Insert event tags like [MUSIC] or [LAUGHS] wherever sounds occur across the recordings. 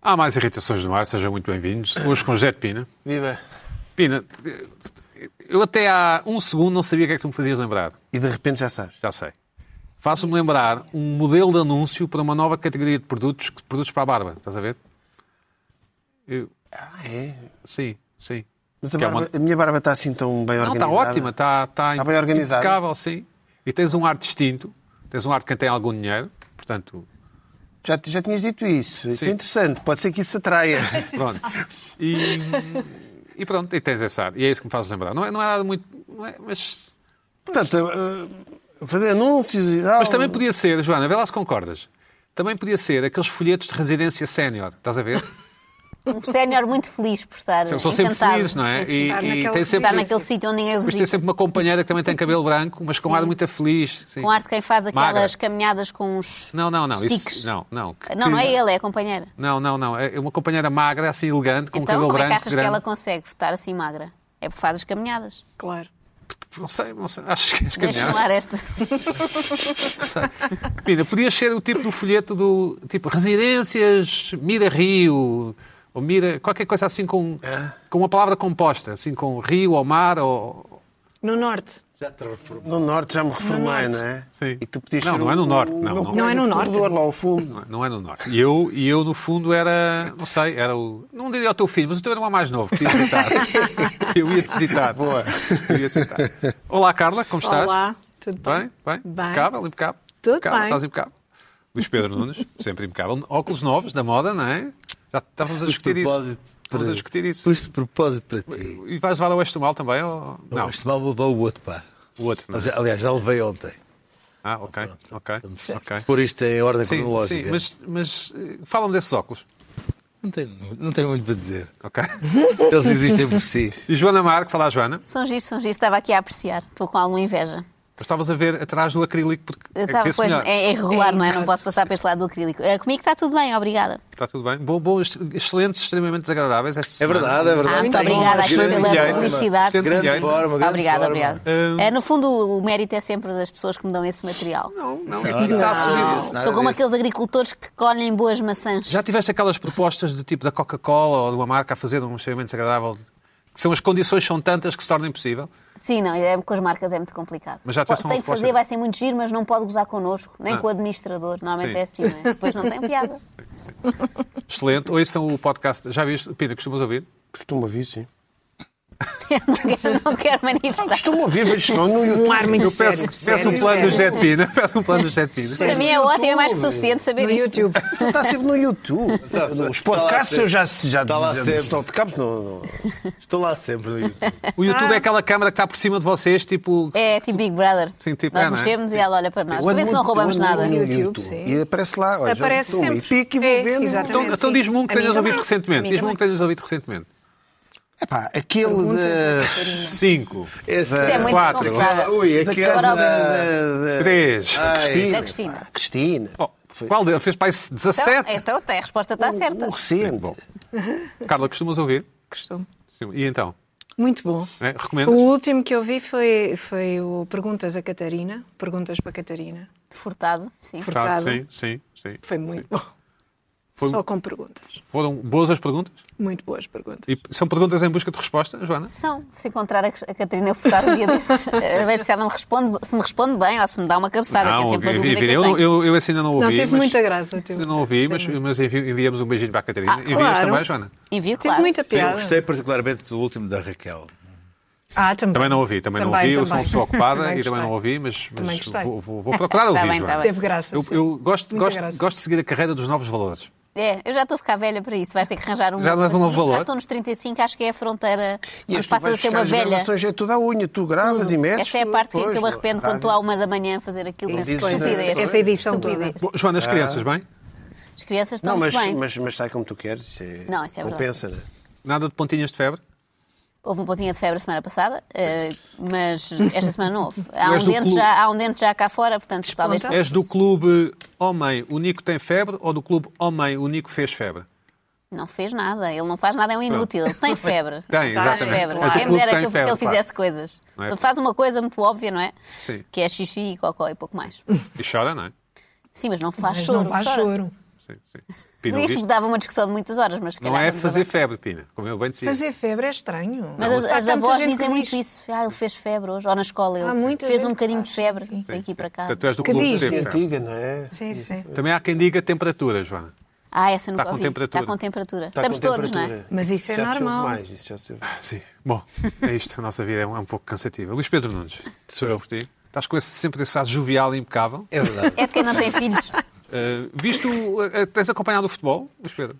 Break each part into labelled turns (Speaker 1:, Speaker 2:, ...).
Speaker 1: Há mais irritações do mar, sejam muito bem-vindos. Hoje com José de Pina.
Speaker 2: Viva!
Speaker 1: Pina, eu até há um segundo não sabia o que é que tu me fazias lembrar.
Speaker 2: E de repente já sabes.
Speaker 1: Já sei. Faço-me lembrar um modelo de anúncio para uma nova categoria de produtos, produtos para a barba. Estás a ver? Eu-
Speaker 2: Ah, é?
Speaker 1: sim, sim.
Speaker 2: Mas a,
Speaker 1: Que é uma-
Speaker 2: barba- a minha barba está assim tão bem
Speaker 1: Não,
Speaker 2: organizada.
Speaker 1: está ótima, está, está,
Speaker 2: Está bem organizada.
Speaker 1: impecável, sim. E tens um ar distinto, tens um ar de quem tem algum dinheiro, portanto,
Speaker 2: Já, já tinhas dito isso. Isso é interessante. Pode ser que isso
Speaker 1: [LAUGHS]
Speaker 2: atraia.
Speaker 1: pronto. E, e pronto, e tens esse ar. E é isso que me faz lembrar. Não é, não é nada muito. não é- mas,
Speaker 2: Portanto, eh, fazer anúncios e tal.
Speaker 1: mas também podia ser, Joana, vê lá se concordas. Também podia ser aqueles folhetos de residência sénior, estás a ver?
Speaker 3: Um sénior muito feliz por estar
Speaker 1: São sempre
Speaker 3: encantado.
Speaker 1: felizes, não é?
Speaker 3: Sim, sim.
Speaker 1: E,
Speaker 4: Estar
Speaker 1: e
Speaker 4: naquele-
Speaker 1: tem
Speaker 3: Estar
Speaker 1: sempre,
Speaker 3: naquele sítio onde ninguém o
Speaker 1: mas tem
Speaker 3: visita.
Speaker 1: sempre uma companheira que também tem cabelo branco, mas com um ar muito feliz. sim.
Speaker 3: Com ar de quem faz aquelas
Speaker 1: Magra.
Speaker 3: caminhadas com uns
Speaker 1: Não, não, não.
Speaker 3: sticks.
Speaker 1: Isso, não, não.
Speaker 3: Não, não é ele, é a companheira.
Speaker 1: Não, não, não. É uma companheira magra, assim elegante, com um
Speaker 3: então,
Speaker 1: cabelo
Speaker 3: como é que
Speaker 1: branco.
Speaker 3: achas
Speaker 1: grande.
Speaker 3: que ela consegue estar assim magra? É porque faz as caminhadas.
Speaker 4: Claro.
Speaker 1: Não sei, não sei. Achas que é és
Speaker 3: Deixa-me
Speaker 1: caminhada?
Speaker 3: lá esta. [LAUGHS]
Speaker 1: Não sei. Tá. Pina, podias ser o tipo do folheto do tipo residências Mira Rio, ou Mira, qualquer coisa assim com, com uma palavra composta, assim com rio ou mar ou.
Speaker 4: No norte.
Speaker 2: No norte já me reformei,
Speaker 4: No norte.
Speaker 2: não é?
Speaker 1: Sim.
Speaker 2: E tu podias
Speaker 1: Não,
Speaker 2: ser
Speaker 1: não
Speaker 2: o-
Speaker 1: é no norte,
Speaker 2: o-
Speaker 1: não,
Speaker 2: meu
Speaker 1: não.
Speaker 4: Não é
Speaker 2: colega
Speaker 4: no
Speaker 2: de
Speaker 4: norte.
Speaker 2: corredor, lá ao fundo.
Speaker 1: Não é no norte. E eu, e eu no fundo, era, não sei, era o. Não diria o teu filho, mas o teu era o mais novo, que ia visitar. eu ia-te visitar.
Speaker 2: Boa.
Speaker 1: Eu ia-te visitar. Olá, Carla, como estás?
Speaker 4: Olá, tudo bem?
Speaker 1: Bem, bem,
Speaker 4: Bem.
Speaker 1: impecável, impecável.
Speaker 4: Tudo
Speaker 1: impecável,
Speaker 4: bem.
Speaker 1: Estás impecável. Luís Pedro Nunes, sempre impecável. Óculos novos, da moda, não é? Já estávamos a discutir isso.
Speaker 5: propósito
Speaker 1: Estávamos a discutir isso.
Speaker 5: Pus de propósito para ti.
Speaker 1: E vais levar ao Oeste do Mal também? Ou... Não,
Speaker 5: Não, este mal vou dar o outro par.
Speaker 1: o outro, não é?
Speaker 5: Aliás, já levei ontem.
Speaker 1: Ah, ok, ok, ok.
Speaker 5: Pôr isto é em ordem
Speaker 1: Sim,
Speaker 5: cronológica.
Speaker 2: é.
Speaker 1: sim, mas, mas eh, fala-me desses óculos,
Speaker 5: não, tenho, não tenho muito para dizer.
Speaker 1: ok?
Speaker 5: Eles existem
Speaker 2: [LAUGHS]
Speaker 5: por si.
Speaker 1: E Joana Marques, olá Joana.
Speaker 3: São giros, são giros. Estava aqui a apreciar. Estou com alguma inveja.
Speaker 1: Mas estavas a ver atrás do acrílico porque
Speaker 3: Eu
Speaker 1: é
Speaker 3: estava-
Speaker 1: que vê-se
Speaker 3: pois,
Speaker 1: melhor.
Speaker 3: é, é irregular,
Speaker 4: É,
Speaker 3: não é? Não
Speaker 4: exato.
Speaker 3: posso passar para este lado do acrílico. Eh, Comigo está tudo bem, obrigada.
Speaker 1: Está tudo bem. Bom, bom, ex- excelentes, extremamente desagradáveis. esta
Speaker 2: É
Speaker 1: semana.
Speaker 2: verdade, é
Speaker 3: Ah,
Speaker 2: verdade.
Speaker 5: Tá
Speaker 3: muito
Speaker 4: Muito bom,
Speaker 3: obrigada aqui
Speaker 1: excelente
Speaker 3: pela
Speaker 1: dinheiro.
Speaker 3: publicidade.
Speaker 1: Excelente
Speaker 3: Sim,
Speaker 5: Grande
Speaker 1: Sim.
Speaker 5: forma, grande
Speaker 3: Obrigada,
Speaker 5: forma.
Speaker 3: obrigada.
Speaker 1: Hum.
Speaker 3: Eh, No fundo, o mérito é sempre das pessoas que me dão esse material.
Speaker 1: Não, não, está a subir.
Speaker 2: é?
Speaker 5: Nada
Speaker 3: Sou como
Speaker 5: disso.
Speaker 3: aqueles agricultores que colhem boas maçãs.
Speaker 1: Já tiveste aquelas propostas do tipo da Coca-Cola ou de uma marca a fazer um extremamente desagradável? Que são as condições são tantas que se torna impossível.
Speaker 3: Sim, não, é, com as marcas é muito complicado.
Speaker 1: Mas já te
Speaker 3: Pô,
Speaker 1: são
Speaker 3: Tem que
Speaker 1: propostas.
Speaker 3: fazer, vai ser muito giro, mas não pode gozar connosco, nem com o administrador. Normalmente
Speaker 1: Ah. Sim.
Speaker 3: é assim, não é? Depois não
Speaker 1: [LAUGHS]
Speaker 3: tem piada.
Speaker 1: Excelente. Hoje são o podcast. Já viste? Pina, costumas ouvir?
Speaker 2: Costumo ouvir,
Speaker 4: [LAUGHS]
Speaker 2: sim.
Speaker 3: não, quero, não quero manifestar.
Speaker 2: Costumo ouvir, vejo só no YouTube.
Speaker 4: Um ar muito
Speaker 1: Eu
Speaker 4: sério.
Speaker 1: peço, peço
Speaker 4: sério,
Speaker 1: um plano do
Speaker 4: sério.
Speaker 1: José de Pina. [LAUGHS] Peço um plano do José de Pina.
Speaker 3: Para mim é ótimo, é mais que suficiente saber
Speaker 4: No
Speaker 3: disto.
Speaker 4: YouTube.
Speaker 2: Tu está tá sempre no YouTube.
Speaker 5: Tá,
Speaker 2: Os podcasts eu já já
Speaker 5: Está Tá lá
Speaker 2: já-
Speaker 5: sempre.
Speaker 2: Estou de cabos, não. não-
Speaker 5: Estou lá sempre no YouTube.
Speaker 1: O YouTube é aquela câmara que está por cima de vocês, tipo.
Speaker 3: É tipo Big Brother.
Speaker 1: Sim, tipo,
Speaker 3: nós
Speaker 1: é, não é?
Speaker 3: mexemos e ela olha para nós.
Speaker 2: Eu
Speaker 3: Para ver
Speaker 2: ando
Speaker 3: se não
Speaker 2: muito-
Speaker 3: roubamos
Speaker 2: eu ando
Speaker 3: nada.
Speaker 2: muito
Speaker 4: No YouTube, sim.
Speaker 2: E aparece lá. Olha, já
Speaker 4: Aparece
Speaker 2: estou ali.
Speaker 4: sempre.
Speaker 2: Pique e vou
Speaker 4: É,
Speaker 2: vendo.
Speaker 4: exatamente.
Speaker 1: Então, então diz-me um que
Speaker 4: A mim
Speaker 1: tenhas ouvido
Speaker 4: também. A
Speaker 1: recentemente.
Speaker 4: mim
Speaker 1: Diz-me um
Speaker 4: também.
Speaker 1: que tenhas ouvido recentemente.
Speaker 2: Epá, aquele
Speaker 4: Perguntas
Speaker 2: de...
Speaker 4: e carinho.
Speaker 1: Cinco.
Speaker 5: Esse,
Speaker 3: Isso é muito
Speaker 1: Quatro.
Speaker 3: desconfortável.
Speaker 5: Ui,
Speaker 2: da
Speaker 5: aquele.
Speaker 2: casa
Speaker 3: Agora
Speaker 2: da, da-
Speaker 1: Três.
Speaker 2: da Cristina.
Speaker 3: Da Cristina.
Speaker 2: pá, Cristina.
Speaker 1: Oh, qual deles? Fez para aí
Speaker 3: Então,
Speaker 1: 17?
Speaker 3: então até é a resposta está certa.
Speaker 2: O um recente.
Speaker 4: é.
Speaker 1: Carla, costumas ouvir?
Speaker 4: Costumo.
Speaker 1: E então?
Speaker 4: Muito bom.
Speaker 1: É?
Speaker 4: O
Speaker 1: Recomendas?
Speaker 4: último que eu vi foi, foi o Perguntas a Catarina. Perguntas para Catarina.
Speaker 3: Furtado, sim.
Speaker 1: Tá,
Speaker 4: Furtado.
Speaker 1: sim, sim, sim.
Speaker 4: Foi muito bom.
Speaker 1: Foi-
Speaker 4: Só com perguntas.
Speaker 1: Foram boas as perguntas?
Speaker 4: Muito boas perguntas.
Speaker 1: E são perguntas em busca de resposta, Joana?
Speaker 3: São, se encontrar a a Catarina eu furtar um dia
Speaker 1: [LAUGHS]
Speaker 3: destes, eh, vejo se ela me responde, se me responde bem ou se me dá uma cabeçada, que é sempre uma
Speaker 1: eu,
Speaker 3: dúvida que eu
Speaker 1: eu,
Speaker 3: tenho.
Speaker 1: não- eu, eu esse ainda não ouvi.
Speaker 4: Não, teve
Speaker 1: mas,
Speaker 4: muita graça, teve.
Speaker 1: Ainda não ouvi, mas,
Speaker 4: Gostei muito.
Speaker 1: mas envi- enviamos um beijinho para a Catarina.
Speaker 3: Ah,
Speaker 1: Envias
Speaker 4: claro.
Speaker 1: também, Joana?
Speaker 3: Envio,
Speaker 4: Tive
Speaker 3: claro.
Speaker 4: muita
Speaker 5: Eu
Speaker 4: piada.
Speaker 5: gostei particularmente do último da Raquel.
Speaker 4: Ah, também.
Speaker 1: Também não ouvi, também, não ouvi. Eu sou uma pessoa
Speaker 4: [LAUGHS]
Speaker 1: ocupada e também não
Speaker 4: gostei.
Speaker 1: ouvi, mas, mas
Speaker 4: Também gostei.
Speaker 1: vou, vou- vou procurar ouvir,
Speaker 3: Tá bem, tá
Speaker 1: Joana.
Speaker 3: bem.
Speaker 4: Teve graça.
Speaker 1: Eu,
Speaker 4: sim.
Speaker 1: eu gosto,
Speaker 4: Muita
Speaker 1: gosto,
Speaker 4: graça.
Speaker 1: gosto de seguir a carreira dos novos valores.
Speaker 3: É, eu já estou a ficar velha para isso. Vais ter que arranjar um.
Speaker 1: Já não és um
Speaker 3: assim,
Speaker 1: novo valor?
Speaker 3: Já estou nos 35, acho que é a fronteira.
Speaker 2: E
Speaker 3: Mas
Speaker 2: as tu
Speaker 3: passas a
Speaker 2: vais
Speaker 3: ser
Speaker 2: buscar
Speaker 3: uma
Speaker 2: as
Speaker 3: velha.
Speaker 2: gravações, é tudo à unha. Tu gravas e metes.
Speaker 3: Essa é a parte que,
Speaker 2: depois,
Speaker 3: que eu me arrependo
Speaker 2: rádio.
Speaker 3: quando estou à uma da manhã a fazer aquilo.
Speaker 2: Não
Speaker 3: Penso que
Speaker 2: dizes nada.
Speaker 3: estupidez.
Speaker 4: Essa edição toda.
Speaker 3: Estupidez.
Speaker 1: Bom, Joana, as crianças, bem?
Speaker 3: As crianças estão
Speaker 2: Não, mas,
Speaker 3: muito bem.
Speaker 2: mas, mas sai como tu queres. Isso é...
Speaker 3: Não, isso é verdade.
Speaker 2: Compensa, né?
Speaker 1: Nada de pontinhas de febre?
Speaker 3: Houve um pontinho de febre a semana passada, eh, mas esta semana não houve. Há
Speaker 1: Tu
Speaker 3: um,
Speaker 1: és do
Speaker 3: dente
Speaker 1: clube.
Speaker 3: já, há um dente já cá fora, portanto talvez.
Speaker 4: Desponta.
Speaker 1: És do clube Homem, o Nico tem febre ou do clube Homem, o Nico fez febre?
Speaker 3: Não fez nada, ele não faz nada, é um inútil. Ele tem febre.
Speaker 1: [LAUGHS] Tem,
Speaker 3: faz
Speaker 1: exatamente.
Speaker 3: febre.
Speaker 1: Mas o
Speaker 3: Quem me
Speaker 1: clube
Speaker 3: dera
Speaker 1: tem
Speaker 3: que, eu- que
Speaker 1: febre,
Speaker 3: ele
Speaker 1: claro.
Speaker 3: fizesse coisas.
Speaker 1: Não é
Speaker 3: ele
Speaker 1: febre.
Speaker 3: faz uma coisa muito óbvia, não é?
Speaker 1: Sim.
Speaker 3: Que é xixi e cocó e pouco mais.
Speaker 1: E chora, não é?
Speaker 3: Sim, mas não faz
Speaker 4: Mas
Speaker 3: choro.
Speaker 4: não faz
Speaker 3: chora.
Speaker 4: choro.
Speaker 1: sim, sim.
Speaker 3: Isto
Speaker 1: Pina, ouviste?
Speaker 3: dava uma discussão de muitas horas, mas se
Speaker 1: Não
Speaker 3: calhar
Speaker 1: é
Speaker 3: vamos
Speaker 1: fazer
Speaker 3: avançar.
Speaker 1: febre, Pina, como eu bem dizia.
Speaker 4: Fazer febre é estranho.
Speaker 3: Mas as,
Speaker 4: Há
Speaker 3: as
Speaker 4: tanta
Speaker 3: avós
Speaker 4: gente que
Speaker 3: dizem muito
Speaker 4: diz.
Speaker 3: isso. Ah, ele fez febre hoje, ou na escola
Speaker 4: Há
Speaker 3: ele
Speaker 4: muita
Speaker 3: fez
Speaker 4: gente
Speaker 3: um
Speaker 4: que
Speaker 3: bocadinho
Speaker 4: faz,
Speaker 3: de febre
Speaker 4: sim.
Speaker 3: daqui para cá.
Speaker 1: Portanto, tu és do
Speaker 4: Que
Speaker 1: clube
Speaker 4: diz?
Speaker 1: de
Speaker 2: É
Speaker 1: febre.
Speaker 2: antiga, não é?
Speaker 4: Sim, sim.
Speaker 1: Também há quem diga temperatura, Joana.
Speaker 3: Ah, essa nunca
Speaker 1: Está com
Speaker 3: ouvi.
Speaker 1: temperatura.
Speaker 3: Está com temperatura.
Speaker 2: Está
Speaker 3: Estamos
Speaker 2: Tá com
Speaker 3: todos, não
Speaker 2: temperatura.
Speaker 3: é?
Speaker 4: Mas isso é
Speaker 2: já se ouve
Speaker 4: normal.
Speaker 2: Mais, isso já se ouve.
Speaker 1: Sim. Bom, é isto. A nossa vida é um, é um pouco cansativa. Luís Pedro Nunes, sou eu por ti. Estás com esse, sempre esse ar jovial e impecável.
Speaker 4: [LAUGHS]
Speaker 5: É verdade.
Speaker 3: É de quem não tem filhos.
Speaker 1: Uh, visto, uh, tens acompanhado o futebol, Luís Pedro?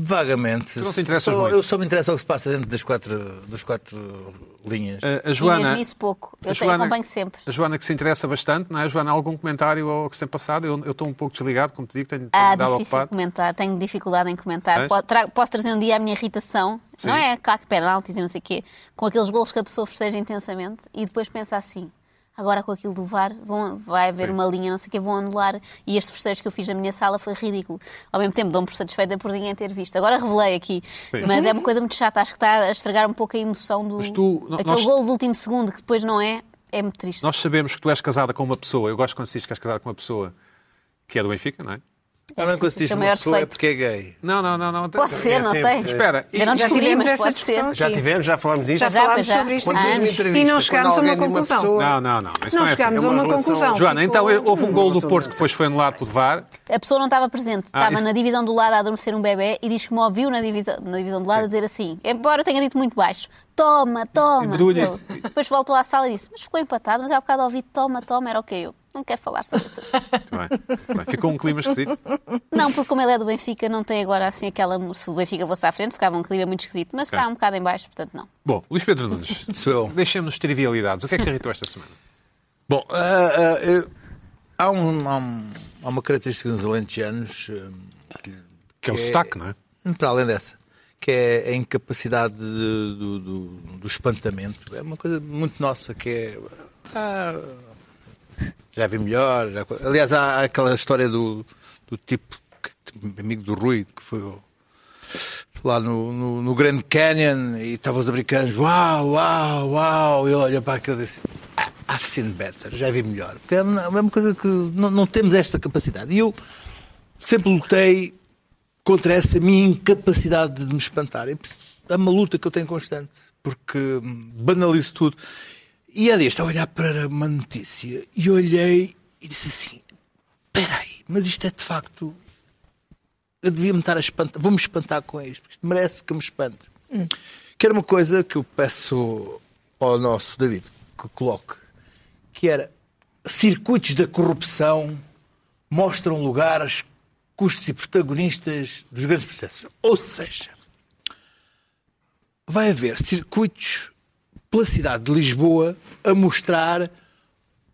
Speaker 5: Vagamente.
Speaker 1: não te interessas
Speaker 5: Só-
Speaker 1: muito.
Speaker 5: Eu só me interessa o que se passa dentro das quatro, das quatro linhas.
Speaker 1: Uh, a
Speaker 3: E
Speaker 1: Joana,
Speaker 3: mesmo isso pouco. Eu
Speaker 1: a
Speaker 3: tenho,
Speaker 1: Joana-
Speaker 3: acompanho sempre.
Speaker 1: A Joana que se interessa bastante, não é? Joana, algum comentário ao que se tem passado? Eu, eu estou um pouco desligado, como te digo, tenho tenho
Speaker 3: Ah,
Speaker 1: andado
Speaker 3: difícil
Speaker 1: ocupado.
Speaker 3: comentar. Tenho dificuldade em comentar.
Speaker 1: Pois.
Speaker 3: Po- tra- Posso trazer um dia a minha irritação. Não é claro que penaltis e não sei o quê. Com aqueles golos que a pessoa festeja intensamente e depois pensa assim. Agora com aquilo do VAR vão- vai haver
Speaker 1: Sim.
Speaker 3: uma linha, não sei o que, vão anular. E este festejo que eu fiz na minha sala foi ridículo. Ao mesmo tempo, dou-me por satisfeita por ninguém ter visto. Agora revelei aqui. Mas é uma coisa muito chata. Acho que está a estragar um pouco a emoção do.
Speaker 1: Mas tu- no-
Speaker 3: Aquele
Speaker 1: nós-
Speaker 3: golo do último segundo que depois não é, é muito triste.
Speaker 1: Nós sabemos que tu és casada com uma pessoa. Eu gosto quando se diz que és casada com uma pessoa que é do Benfica, não é?
Speaker 3: É,
Speaker 5: não é
Speaker 3: sim,
Speaker 5: que se diz
Speaker 3: isso é o
Speaker 5: uma
Speaker 3: maior
Speaker 5: pessoa é
Speaker 3: defeito.
Speaker 5: porque é gay.
Speaker 1: Não, não, não. não.
Speaker 3: Pode ser, não sei.
Speaker 1: Espera. E,
Speaker 3: Eu não
Speaker 4: Já
Speaker 3: descobri,
Speaker 4: tivemos
Speaker 3: mas
Speaker 4: essa
Speaker 3: pode ser.
Speaker 4: discussão.
Speaker 2: Já
Speaker 4: Sim.
Speaker 2: tivemos, já falámos disto.
Speaker 4: Já
Speaker 3: Já,
Speaker 4: falámos
Speaker 3: já.
Speaker 4: sobre isto
Speaker 2: Quando
Speaker 4: há
Speaker 2: fez uma
Speaker 4: anos
Speaker 2: entrevista,
Speaker 4: e não chegámos
Speaker 2: quando
Speaker 4: a uma
Speaker 2: alguém de uma
Speaker 4: conclusão.
Speaker 2: pessoa-
Speaker 1: Não, não, não. Isso
Speaker 4: Não
Speaker 1: não é assim.
Speaker 4: chegámos
Speaker 2: É
Speaker 4: a
Speaker 2: uma
Speaker 4: uma
Speaker 2: relação-
Speaker 4: conclusão.
Speaker 1: Joana, então
Speaker 4: Ficou-
Speaker 1: houve um gol do
Speaker 2: relação-
Speaker 1: Porto que depois foi anulado por VAR.
Speaker 3: A pessoa não estava presente,
Speaker 1: Ah,
Speaker 3: estava
Speaker 1: isso-
Speaker 3: na divisão do lado a adormecer um bebê e diz que me ouviu na divisão, na divisão do lado a dizer assim, embora eu tenha dito muito baixo, toma, toma.
Speaker 1: Embrulha.
Speaker 3: Eu- depois voltou à sala e disse, mas ficou empatado, mas há bocado ouvi toma, toma, era o que eu. Não quero falar sobre isso. assim.
Speaker 1: Muito bem. Muito bem. Ficou um clima esquisito.
Speaker 3: Não, porque como ele é do Benfica, não tem agora assim aquela. Se o Benfica fosse à frente, ficava um clima muito esquisito, mas está
Speaker 1: Ok.
Speaker 3: um bocado em baixo, portanto não.
Speaker 1: Bom, Luís Pedro Nunes,
Speaker 5: Sou eu.
Speaker 1: deixemos-nos trivialidades. O que é que te irritou esta semana?
Speaker 5: Bom,
Speaker 1: eh,
Speaker 5: ah, ah, eu- há, um- há um- há uma característica nos alentejanos ah, que, Hum,
Speaker 1: Que é o sotaque, não é?
Speaker 5: Para além dessa, que é a incapacidade de- do, do- do espantamento. É uma coisa muito nossa que é. ah, já vi melhor. já co- aliás, há aquela história do, do tipo, que- amigo do Rui, que foi ao- lá no, no, no Grand Canyon e estavam os americanos, uau, uau, uau. E ele olha para aquilo e disse. "Ah, I've seen better, já vi melhor. Porque é a mesma coisa que não, não temos esta capacidade. E eu sempre lutei contra essa minha incapacidade de me espantar. É por isso- é uma luta que eu tenho constante, porque hum, banalizo tudo. E há dias estava a olhar para uma notícia e olhei e disse assim: peraí, mas isto é de facto. Eu devia-me estar a espantar, vou-me espantar com isto, porque isto merece que eu me espante. Que era uma coisa que eu peço ao nosso David que coloque, que era circuitos da corrupção mostram lugares, custos e protagonistas dos grandes processos. Ou seja, vai haver circuitos pela cidade de Lisboa a mostrar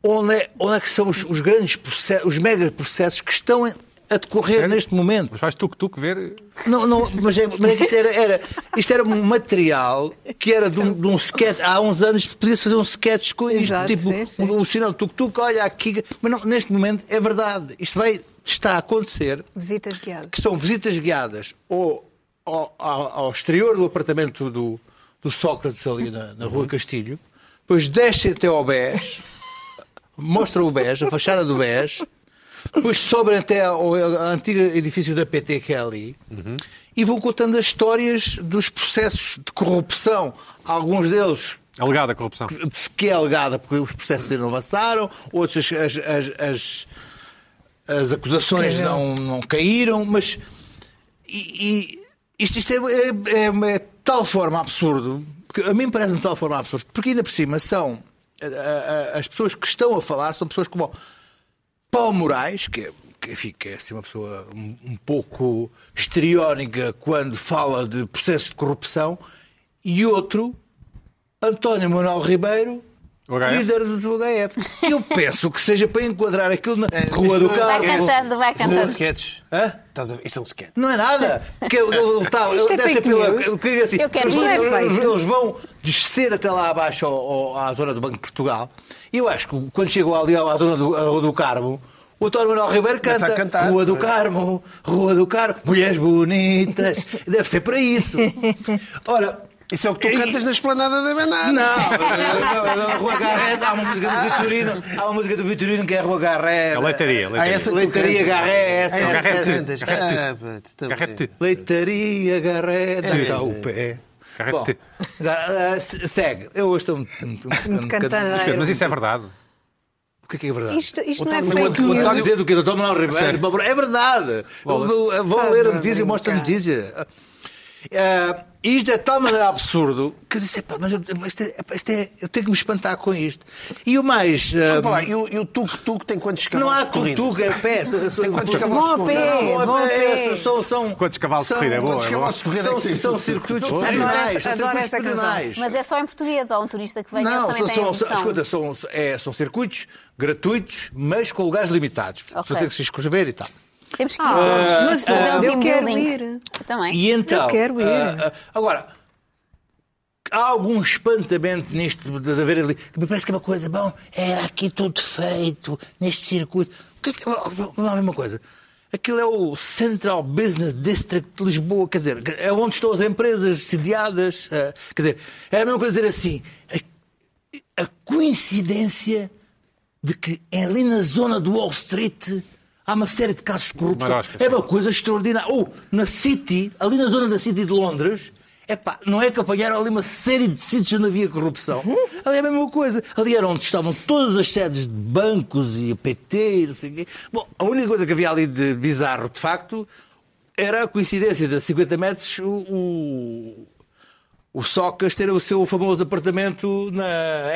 Speaker 5: onde é, onde é que são os, os grandes processos, os mega processos que estão em- a decorrer
Speaker 1: Sério?
Speaker 5: neste momento.
Speaker 1: Mas vais tuc-tuc ver.
Speaker 5: Não, não, mas é, mas é que isto era, era- isto era um material que era de um, de um sketch. Há uns anos podia fazer um sketch com isto.
Speaker 4: Exato,
Speaker 5: tipo,
Speaker 4: sim, sim.
Speaker 5: o sinal do tuk-tuk, olha aqui. Mas não, neste momento é verdade. Isto vai, está a acontecer
Speaker 4: Visitas guiadas.
Speaker 5: que são visitas guiadas ou ao, ao- ao exterior do apartamento do, do Sócrates ali na, na Rua Castilho, depois descem até ao BES, mostram o BES, a fachada do BES, depois sobem até ao, ao antigo edifício da PT que é ali e vão contando as histórias dos processos de corrupção, alguns deles
Speaker 1: Alegada corrupção.
Speaker 5: que é alegada porque os processos ainda não avançaram, outras as, as, as, as acusações não, não caíram, mas e, e isto, isto é, é- é- é de tal forma absurdo, que a mim parece-me de tal forma absurdo, porque ainda por cima são a- a- a- as pessoas que estão a falar são pessoas como o Paulo Moraes, que é, que, enfim, que é assim, uma pessoa um, um pouco histriónica quando fala de processos de corrupção, e outro, António Manuel Ribeiro,
Speaker 1: UHF.
Speaker 5: líder dos UHF. Eu penso que seja para enquadrar aquilo na
Speaker 2: É,
Speaker 5: Rua do
Speaker 2: isto-
Speaker 5: Carmo.
Speaker 3: Vai cantando,
Speaker 2: Rua
Speaker 3: vai
Speaker 2: de
Speaker 3: cantando.
Speaker 2: sketches.
Speaker 5: Hã?
Speaker 2: Estás a ver? Isso é um sketch.
Speaker 5: Não é nada. Que ele, ele tá, ele
Speaker 4: Isto é
Speaker 5: desce
Speaker 4: fake
Speaker 5: pela-
Speaker 4: news.
Speaker 5: eu queria assim,
Speaker 3: Eu quero
Speaker 5: eles,
Speaker 3: ir.
Speaker 5: eles- eles vão descer até lá abaixo ao- ao- à zona do Banco de Portugal. E eu acho que quando chegam ali à zona do, à Rua do Carmo, o António Manuel Ribeiro
Speaker 2: Começa
Speaker 5: canta
Speaker 2: a cantar.
Speaker 5: Rua
Speaker 4: [LAUGHS]
Speaker 5: do Carmo, Rua do Carmo, mulheres bonitas. Deve ser para isso. Ora,
Speaker 2: Isso é o que tu cantas na esplanada da Benada.
Speaker 5: Não, a Rua Garreda, há uma música do Vitorino, há uma música do Vitorino que é a Rua Garreda.
Speaker 1: É leitaria,
Speaker 2: Há
Speaker 1: leitaria.
Speaker 2: essa que tu
Speaker 5: Leitaria
Speaker 2: cantas.
Speaker 5: Garré, é essa.
Speaker 2: Há essa que tu
Speaker 1: Garrete.
Speaker 2: cantas.
Speaker 1: Garrete.
Speaker 2: Capa-te também.
Speaker 1: Garrete.
Speaker 5: Leitaria Garreda,
Speaker 2: É.
Speaker 5: está o pé. Bom,
Speaker 1: Garrete.
Speaker 5: agora, ah, se- segue. Eu hoje estou muito, muito,
Speaker 4: Muito
Speaker 5: cantado.
Speaker 4: cantada.
Speaker 1: Mas, Pedro, mas isso é verdade.
Speaker 5: O que é que é verdade?
Speaker 4: Isto, isto não é
Speaker 5: Não,
Speaker 1: António-
Speaker 4: fake
Speaker 1: o
Speaker 5: Não
Speaker 4: news.
Speaker 5: estou a
Speaker 1: António-
Speaker 5: dizer do que do Tom Manuel Ribeiro.
Speaker 1: Sério?
Speaker 5: Pablo, É verdade.
Speaker 1: Bolas.
Speaker 5: Vão vão
Speaker 4: Estás
Speaker 5: ler a
Speaker 4: a
Speaker 5: notícia e mostram a
Speaker 4: brincar.
Speaker 5: notícia. Ah, isto é de tal maneira absurdo que eu disse, "Epá, mas eu, isto é- epá, isto é- eu tenho que me espantar com isto. E o mais. ah,
Speaker 2: Desculpa lá, e o e o tuk-tuk tem quantos
Speaker 5: não
Speaker 2: cavalos
Speaker 5: há
Speaker 2: de corrida?
Speaker 5: cultuga, é pé.
Speaker 2: Tem quantos cavalos
Speaker 4: Vão
Speaker 2: de
Speaker 4: a
Speaker 2: corrida?
Speaker 4: pé,
Speaker 5: Não,
Speaker 4: vão a
Speaker 5: é,
Speaker 4: pé.
Speaker 5: são, são,
Speaker 1: Quantos cavalos de
Speaker 5: são-
Speaker 1: corrida é bom,
Speaker 2: Quantos
Speaker 1: é bom.
Speaker 2: cavalos de corrida é
Speaker 5: São,
Speaker 2: que tem?
Speaker 5: são circuitos
Speaker 2: Adoro
Speaker 5: pedonais.
Speaker 4: essa-
Speaker 5: São
Speaker 4: adoro
Speaker 5: circuitos
Speaker 4: essa canção.
Speaker 5: pedonais.
Speaker 3: Mas é só em português, ou um turista que vem, eles
Speaker 5: Não,
Speaker 3: também
Speaker 5: são,
Speaker 3: têm a
Speaker 5: são, são,
Speaker 3: opção.
Speaker 5: escuta, são, é, são circuitos gratuitos, mas com lugares limitados. Só
Speaker 3: Ok.
Speaker 5: tem que se inscrever e tal.
Speaker 3: Temos que ir.
Speaker 4: Ah,
Speaker 3: Vamos fazer
Speaker 4: ah,
Speaker 3: um
Speaker 4: eu
Speaker 3: team
Speaker 4: quero
Speaker 3: building.
Speaker 4: ir.
Speaker 3: Eu também.
Speaker 5: E então,
Speaker 4: Eu quero ir.
Speaker 5: ah, ah, agora, há algum espantamento nisto de haver ali. que Me parece que é uma coisa, bom, era aqui tudo feito, neste circuito. O que é que. Não é a mesma coisa. Aquilo é o Central Business District de Lisboa, quer dizer, é onde estão as empresas sediadas. ah, quer dizer, era a mesma coisa dizer assim. a- a coincidência de que é ali na zona do Wall Street há uma série de casos de corrupção.
Speaker 1: Marosca,
Speaker 5: é
Speaker 1: sim.
Speaker 5: uma coisa extraordinária. Ou na City, ali na zona da City de Londres, epá, não é que apanharam ali uma série de sítios onde havia corrupção. Ali é a mesma coisa. Ali era onde estavam todas as sedes de bancos e PT e não sei o quê. Bom, a única coisa que havia ali de bizarro, de facto, era a coincidência de a 50 metros o, o, o Socas ter o seu famoso apartamento na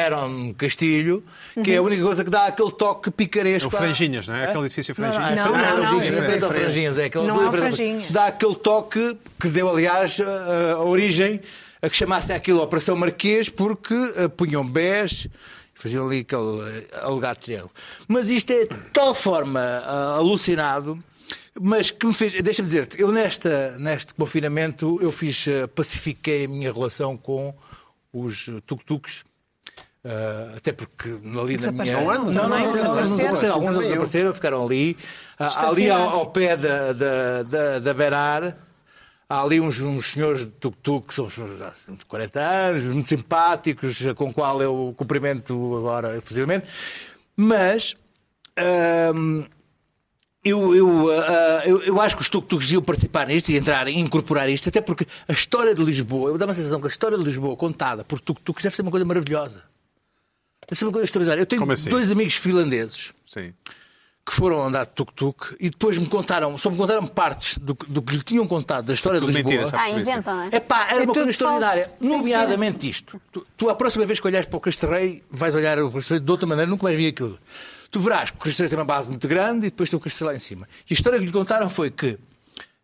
Speaker 5: Aaron Castilho, que é a única coisa que dá aquele toque
Speaker 1: É
Speaker 5: picaresco.
Speaker 1: o Franjinhas, não é? Aquele edifício Franjinhas.
Speaker 4: Não, não, não,
Speaker 5: é
Speaker 4: não.
Speaker 5: frente ao Franjinhas, é aquele
Speaker 4: Não
Speaker 5: ali
Speaker 4: há o
Speaker 5: frente ao-
Speaker 4: Franjinhas.
Speaker 5: Dá aquele toque que deu, aliás, a, a origem a que chamassem aquilo Operação Marquês, porque eh, punham bés. Faziam ali aquele eh, alegado triângulo. Mas isto é de tal forma ah, alucinado, mas que me fez. Deixa-me dizer-te, eu nesta, neste confinamento eu fiz, eh, pacifiquei a minha relação com os tuk-tuks. ah, até porque ali na minha.
Speaker 4: Desapareceram.
Speaker 5: não, não,
Speaker 4: Também
Speaker 5: não,
Speaker 4: desapareceram.
Speaker 5: desapareceram. Alguns
Speaker 2: Também eu.
Speaker 5: desapareceram, ficaram ali. Ah, ali ao,
Speaker 4: Estacionados.
Speaker 5: ao pé da, da, da, da Berar, há ali uns, uns senhores de tuk-tuk que são uns senhores já de 40 anos, muito simpáticos, com o qual eu cumprimento agora efusivamente. Mas. ahm, eu, eu, ah, ah, eu, eu acho que os tuk-tuks deviam participar nisto e entrar e incorporar isto, até porque a história de Lisboa, eu dá uma sensação que a história de Lisboa contada por tuk-tuks deve ser uma coisa maravilhosa. Deve ser uma coisa extraordinária. Eu tenho
Speaker 1: Como assim?
Speaker 5: dois amigos finlandeses
Speaker 1: Sim.
Speaker 5: que foram andar de tuk-tuk e depois me contaram, só me contaram partes do, que- do que lhe tinham contado da história de
Speaker 1: Tudo
Speaker 5: Lisboa.
Speaker 1: mentira, sabe?
Speaker 3: Ah, inventam, não é?
Speaker 5: É pá, era
Speaker 4: É
Speaker 5: uma coisa
Speaker 4: tudo
Speaker 5: extraordinária.
Speaker 4: falso. Sim,
Speaker 5: Nomeadamente isto. Tu, tu, a próxima vez que olhares para o Cristo Rei, vais olhar para o Cristo Rei de outra maneira, nunca mais vi aquilo. Tu verás que o Cristo Rei tem uma base muito grande e depois tem o Cristo Rei lá em cima. E a história que lhe contaram foi que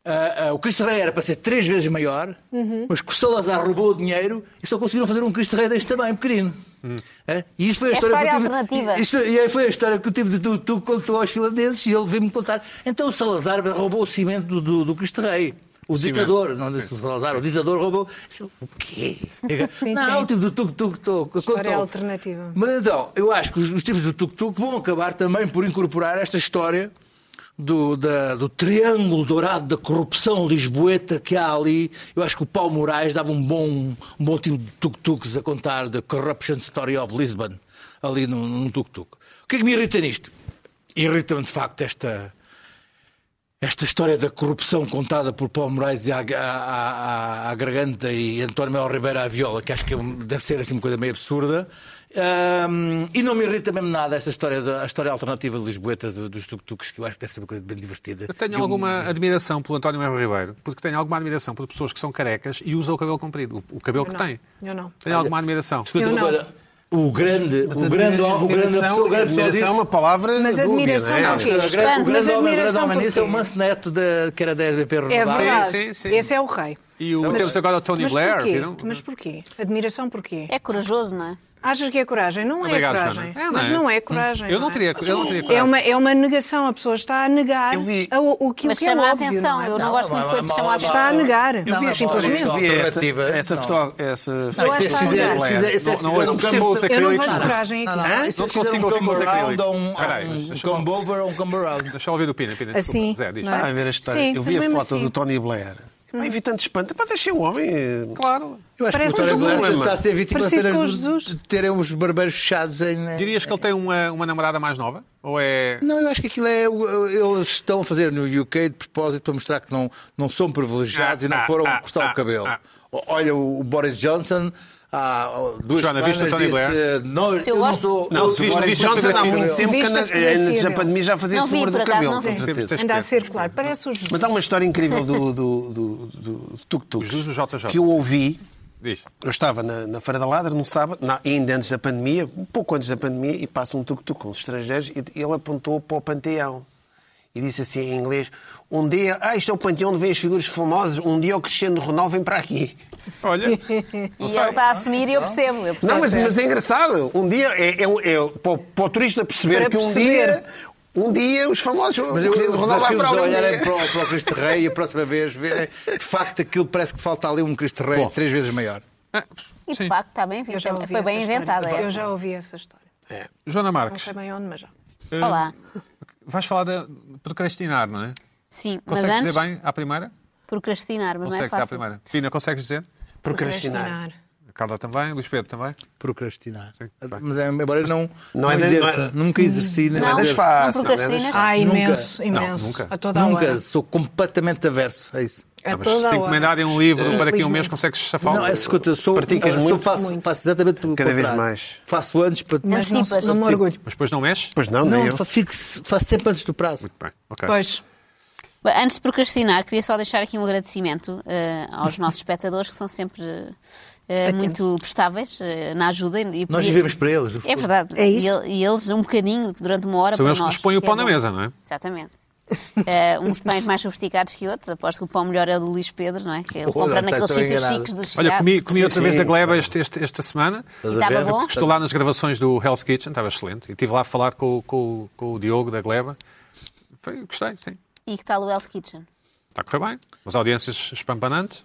Speaker 5: ah, ah, o Cristo Rei era para ser três vezes maior,
Speaker 4: Uhum.
Speaker 5: mas que o Salazar roubou o dinheiro e só conseguiram fazer um Cristo Rei deste tamanho, pequenino.
Speaker 1: Uhum.
Speaker 5: É? E isso foi a
Speaker 3: É
Speaker 5: história,
Speaker 3: história
Speaker 5: que eu tive,
Speaker 3: alternativa.
Speaker 5: isto- e aí foi a história que o tipo de tu, tu contou aos finlandeses e ele veio-me contar. Então o Salazar roubou o cimento do, do, do Cristo Rei. O
Speaker 1: Cimento.
Speaker 5: ditador, não disse o Salazar, o ditador roubou. Eu disse, O quê?
Speaker 4: Sim,
Speaker 5: não,
Speaker 4: sim.
Speaker 5: o tipo do tuk-tuk contou.
Speaker 4: alternativa.
Speaker 5: Mas então, eu acho que os, os tipos do tuk-tuk vão acabar também por incorporar esta história do, da- do triângulo dourado da corrupção lisboeta que há ali. Eu acho que o Paulo Moraes dava um bom, um bom tipo de tuk-tuks a contar The Corruption Story of Lisbon, ali num, num tuk-tuk. O que é que me irrita nisto? Irrita-me de facto esta. Esta história da corrupção contada por Paulo Moraes e à, à, à- à Garganta e António Mel Ribeiro à Viola, que acho que é um- deve ser assim uma coisa meio absurda. Ahm, e não me irrita mesmo nada esta história, da, a história alternativa de Lisboeta do- dos tuk-tuks, que eu acho que deve ser uma coisa bem divertida.
Speaker 1: Eu tenho alguma admiração pelo António Melo Ribeiro, porque tenho alguma admiração por pessoas que são carecas e usam o cabelo comprido, o, o cabelo
Speaker 4: Eu
Speaker 1: que
Speaker 4: não.
Speaker 1: têm.
Speaker 4: Eu não.
Speaker 1: Tenho alguma admiração.
Speaker 5: Escuta
Speaker 4: Eu
Speaker 5: uma
Speaker 4: não.
Speaker 5: coisa. O grande, o grande, o grande, a pessoa- o grande pessoa
Speaker 2: Admiração é
Speaker 5: disso-
Speaker 2: uma palavra
Speaker 4: Mas
Speaker 2: dúbia,
Speaker 4: admiração
Speaker 2: não é?
Speaker 4: não,
Speaker 5: o grande- o grande
Speaker 3: Mas
Speaker 5: homem, o grande
Speaker 4: admiração
Speaker 5: homem nisso é o
Speaker 4: porquê?
Speaker 5: Manso Neto, da- que era da SBP
Speaker 4: É
Speaker 5: Renovável.
Speaker 4: verdade.
Speaker 1: sim, sim.
Speaker 4: Esse é o rei.
Speaker 1: E o- temos agora o Tony
Speaker 4: mas
Speaker 1: Blair,
Speaker 4: porquê?
Speaker 1: viram?
Speaker 4: Mas porquê? Admiração porquê?
Speaker 3: É corajoso, não é?
Speaker 4: Achas que é coragem? Não é
Speaker 1: Obrigado,
Speaker 4: coragem.
Speaker 1: Joana. É, não
Speaker 4: mas
Speaker 1: é?
Speaker 4: não é coragem.
Speaker 1: Eu não teria,
Speaker 4: é?
Speaker 1: eu não teria
Speaker 4: É
Speaker 1: coragem.
Speaker 4: uma, é uma negação, a pessoa está a negar
Speaker 2: Eu vi.
Speaker 4: a- o, o que
Speaker 3: Mas
Speaker 4: que é
Speaker 3: chama a
Speaker 4: óbvio,
Speaker 3: atenção.
Speaker 4: não é?
Speaker 3: Eu não
Speaker 5: Não,
Speaker 3: gosto
Speaker 5: não,
Speaker 3: muito de
Speaker 5: não,
Speaker 3: coisa de
Speaker 5: não,
Speaker 3: chamar a
Speaker 5: não,
Speaker 4: Está a
Speaker 3: atenção.
Speaker 4: negar.
Speaker 2: Eu vi
Speaker 5: Não,
Speaker 2: essa-
Speaker 5: simplesmente.
Speaker 2: eu vi essa,
Speaker 5: Alternativa,
Speaker 2: essa
Speaker 5: não.
Speaker 2: foto. Essa
Speaker 3: é
Speaker 5: Não,
Speaker 4: acho que
Speaker 5: se eles
Speaker 4: está bem.
Speaker 5: fizerem- se eles
Speaker 1: Não,
Speaker 5: fizerem-
Speaker 1: não é um
Speaker 5: se eles fizerem um
Speaker 1: cambo
Speaker 4: Eu não vejo
Speaker 1: acrílico.
Speaker 4: coragem aqui.
Speaker 2: Hã?
Speaker 5: Se eles
Speaker 1: Não assim
Speaker 5: fizerem
Speaker 1: consigo
Speaker 5: um
Speaker 1: ouvir
Speaker 5: come
Speaker 1: música
Speaker 5: around
Speaker 1: acrílica.
Speaker 5: ou um,
Speaker 1: Peraí,
Speaker 5: um
Speaker 1: deixa eu-
Speaker 5: come over ou um come around.
Speaker 1: Deixa eu ouvir o Pina, Pina. desculpa.
Speaker 4: Assim,
Speaker 1: Zé, diz.
Speaker 4: não é?
Speaker 2: Ah, a ver a história.
Speaker 4: Sim,
Speaker 2: eu
Speaker 4: mas
Speaker 2: vi a
Speaker 4: mesmo
Speaker 2: foto
Speaker 4: assim.
Speaker 2: do Tony Blair. Ah, evitando espanto. Pá, deixem o homem. eh,
Speaker 1: Claro.
Speaker 5: Eu acho
Speaker 4: Parece
Speaker 5: que o
Speaker 4: um
Speaker 5: Sérgio Duarte
Speaker 2: problema.
Speaker 5: está a ser vítima
Speaker 4: Parecido
Speaker 5: apenas
Speaker 4: com
Speaker 5: dos-
Speaker 4: Jesus.
Speaker 5: de terem os barbeiros fechados em.
Speaker 1: Dirias que ele tem uma, uma namorada mais nova? Ou é.
Speaker 5: Não, eu acho que aquilo é. o- Eles estão a fazer no UK de propósito para mostrar que não, não são privilegiados
Speaker 1: Ah,
Speaker 5: e não
Speaker 1: ah,
Speaker 5: foram
Speaker 1: ah,
Speaker 5: cortar
Speaker 1: ah,
Speaker 5: o cabelo.
Speaker 1: ah.
Speaker 5: O- Olha, o Boris Johnson. Há duas
Speaker 1: Joana, viste
Speaker 5: semanas
Speaker 1: Tony
Speaker 5: disse,
Speaker 1: Blair?
Speaker 5: eh, não,
Speaker 3: Se eu
Speaker 5: não
Speaker 3: gosto-
Speaker 5: sou-
Speaker 2: Não,
Speaker 5: é eu
Speaker 1: se
Speaker 5: sou
Speaker 1: viste-
Speaker 5: Boris
Speaker 1: viste
Speaker 5: Johnson,
Speaker 1: Johnson
Speaker 5: há
Speaker 2: há
Speaker 5: muito
Speaker 2: muito
Speaker 4: Viste
Speaker 2: tempo que eh,
Speaker 4: a
Speaker 2: na,
Speaker 4: fotografia
Speaker 2: antes da
Speaker 4: dele?
Speaker 2: pandemia já fazia
Speaker 3: Não
Speaker 2: esse
Speaker 3: vi,
Speaker 2: número
Speaker 3: por
Speaker 2: do
Speaker 3: acaso,
Speaker 2: cabelo.
Speaker 3: não vi.
Speaker 2: com certeza.
Speaker 1: Sempre-
Speaker 4: Anda a circular, parece o Jesus.
Speaker 2: Mas há uma história incrível
Speaker 3: [LAUGHS]
Speaker 2: do, do, do, do Tuk-Tuk
Speaker 1: Os dois do JJ.
Speaker 2: que eu ouvi.
Speaker 1: Diz.
Speaker 2: Eu estava na, na Feira da Ladra num sábado, na- ainda antes da pandemia, um pouco antes da pandemia, e passa um tuk-tuk com os estrangeiros e ele apontou para o Panteão. E disse assim em inglês: Um dia, ah, isto é o Panteão onde vêm as figuras famosas, um dia o Cristiano Ronaldo vem para aqui.
Speaker 1: Olha.
Speaker 4: [LAUGHS]
Speaker 3: E ele está a assumir e eu percebo. Eu percebo.
Speaker 2: Não, mas,
Speaker 4: Tá certo.
Speaker 2: mas é engraçado. Um dia é, é, é- para, o, para o turista perceber
Speaker 4: Para
Speaker 2: que um
Speaker 4: perceber.
Speaker 2: dia. Um dia os famosos.
Speaker 5: Mas
Speaker 2: o
Speaker 5: eu
Speaker 2: Cristiano Ronaldo vai
Speaker 5: desafio-vos
Speaker 2: para
Speaker 5: a
Speaker 2: ali um
Speaker 5: olharem
Speaker 2: dia.
Speaker 5: para o, para o Cristo Rei e a próxima vez verem, de facto, aquilo parece que falta ali um Cristo Rei três vezes maior.
Speaker 1: Ah,
Speaker 3: E de
Speaker 1: Sim.
Speaker 3: facto, está bem visto. Foi bem
Speaker 4: essa
Speaker 3: inventada
Speaker 4: história. Eu
Speaker 3: essa.
Speaker 4: já ouvi essa história.
Speaker 2: É,
Speaker 1: Joana
Speaker 4: Não
Speaker 1: Marques,
Speaker 4: sei bem onde, mas já.
Speaker 3: Olá.
Speaker 1: vais falar de procrastinar, não é?
Speaker 3: Sim, mas
Speaker 1: Consegues
Speaker 3: antes,
Speaker 1: dizer bem à primeira?
Speaker 3: procrastinar, mas não é
Speaker 1: Consegues, à
Speaker 3: fácil.
Speaker 1: primeira. Pina, consegues dizer?
Speaker 2: Procrastinar.
Speaker 1: A Carla também, Luís Pedro também.
Speaker 5: Procrastinar.
Speaker 1: Sim, bem.
Speaker 5: Mas é, embora eu não,
Speaker 2: Não
Speaker 5: não
Speaker 2: é de-
Speaker 5: exerça,
Speaker 2: não é-
Speaker 5: nunca exerci, nem
Speaker 3: Não,
Speaker 2: das
Speaker 5: exerço.
Speaker 3: não
Speaker 2: fáceis, não é das
Speaker 3: procrastinas.
Speaker 4: Ah,
Speaker 5: Nunca.
Speaker 4: imenso, imenso.
Speaker 1: nunca.
Speaker 4: A toda a
Speaker 5: Nunca,
Speaker 4: hora.
Speaker 5: sou completamente averso a isso.
Speaker 4: A
Speaker 1: Mas se
Speaker 4: toda
Speaker 1: te
Speaker 4: a hora.
Speaker 1: encomendarem um livro para daqui a um
Speaker 4: Infelizmente.
Speaker 1: mês, consegues chafar
Speaker 5: Não, é escuta, eu sou,
Speaker 2: Praticas
Speaker 5: eu sou-
Speaker 2: muito?
Speaker 5: faço, faço exatamente o
Speaker 2: Cada vez
Speaker 5: contrário.
Speaker 2: mais.
Speaker 5: Faço antes para
Speaker 4: Mas não,
Speaker 3: Antecipas.
Speaker 4: não me orgulho.
Speaker 1: Mas depois não mexe?
Speaker 2: Pois não, nem
Speaker 5: Não,
Speaker 2: eu.
Speaker 5: fa- fico- faço sempre antes do prazo.
Speaker 1: Bem, ok.
Speaker 4: Pois.
Speaker 3: Bem, Antes de procrastinar, queria só deixar aqui um agradecimento eh, aos nossos espectadores que são sempre eh,
Speaker 4: Atentos.
Speaker 3: muito prestáveis eh, na ajuda. E, e-
Speaker 5: Nós vivemos para eles. no
Speaker 3: É
Speaker 5: fundo.
Speaker 3: verdade.
Speaker 4: É isso.
Speaker 3: E ele- E, eles, um bocadinho, durante uma hora,
Speaker 1: São
Speaker 3: para
Speaker 1: eles que
Speaker 3: nós,
Speaker 1: nos põem o
Speaker 3: que
Speaker 1: pão
Speaker 3: é
Speaker 1: na
Speaker 3: bom.
Speaker 1: mesa, não é?
Speaker 3: Exatamente. Eh, uns pães mais sofisticados que outros. Aposto que o pão melhor é o do Luís Pedro, não é? Que ele
Speaker 5: Pô,
Speaker 3: compra
Speaker 5: não, tá-
Speaker 3: naqueles
Speaker 5: tô
Speaker 3: sítios
Speaker 5: enganado.
Speaker 3: chiques do Chiado.
Speaker 1: Olha, comi, comi outra
Speaker 2: Sim,
Speaker 1: vez
Speaker 2: sim,
Speaker 1: da Gleba este- este- esta semana.
Speaker 5: Estás a
Speaker 3: Estava
Speaker 5: ver?
Speaker 3: bom?
Speaker 1: Porque estou lá nas gravações do Hell's Kitchen, estava excelente. E estive lá a falar com, o- com o- com o Diogo da Gleba. Foi, gostei, sim.
Speaker 3: E que tal o Hell's Kitchen?
Speaker 1: Está a correr bem. As audiências espampanantes.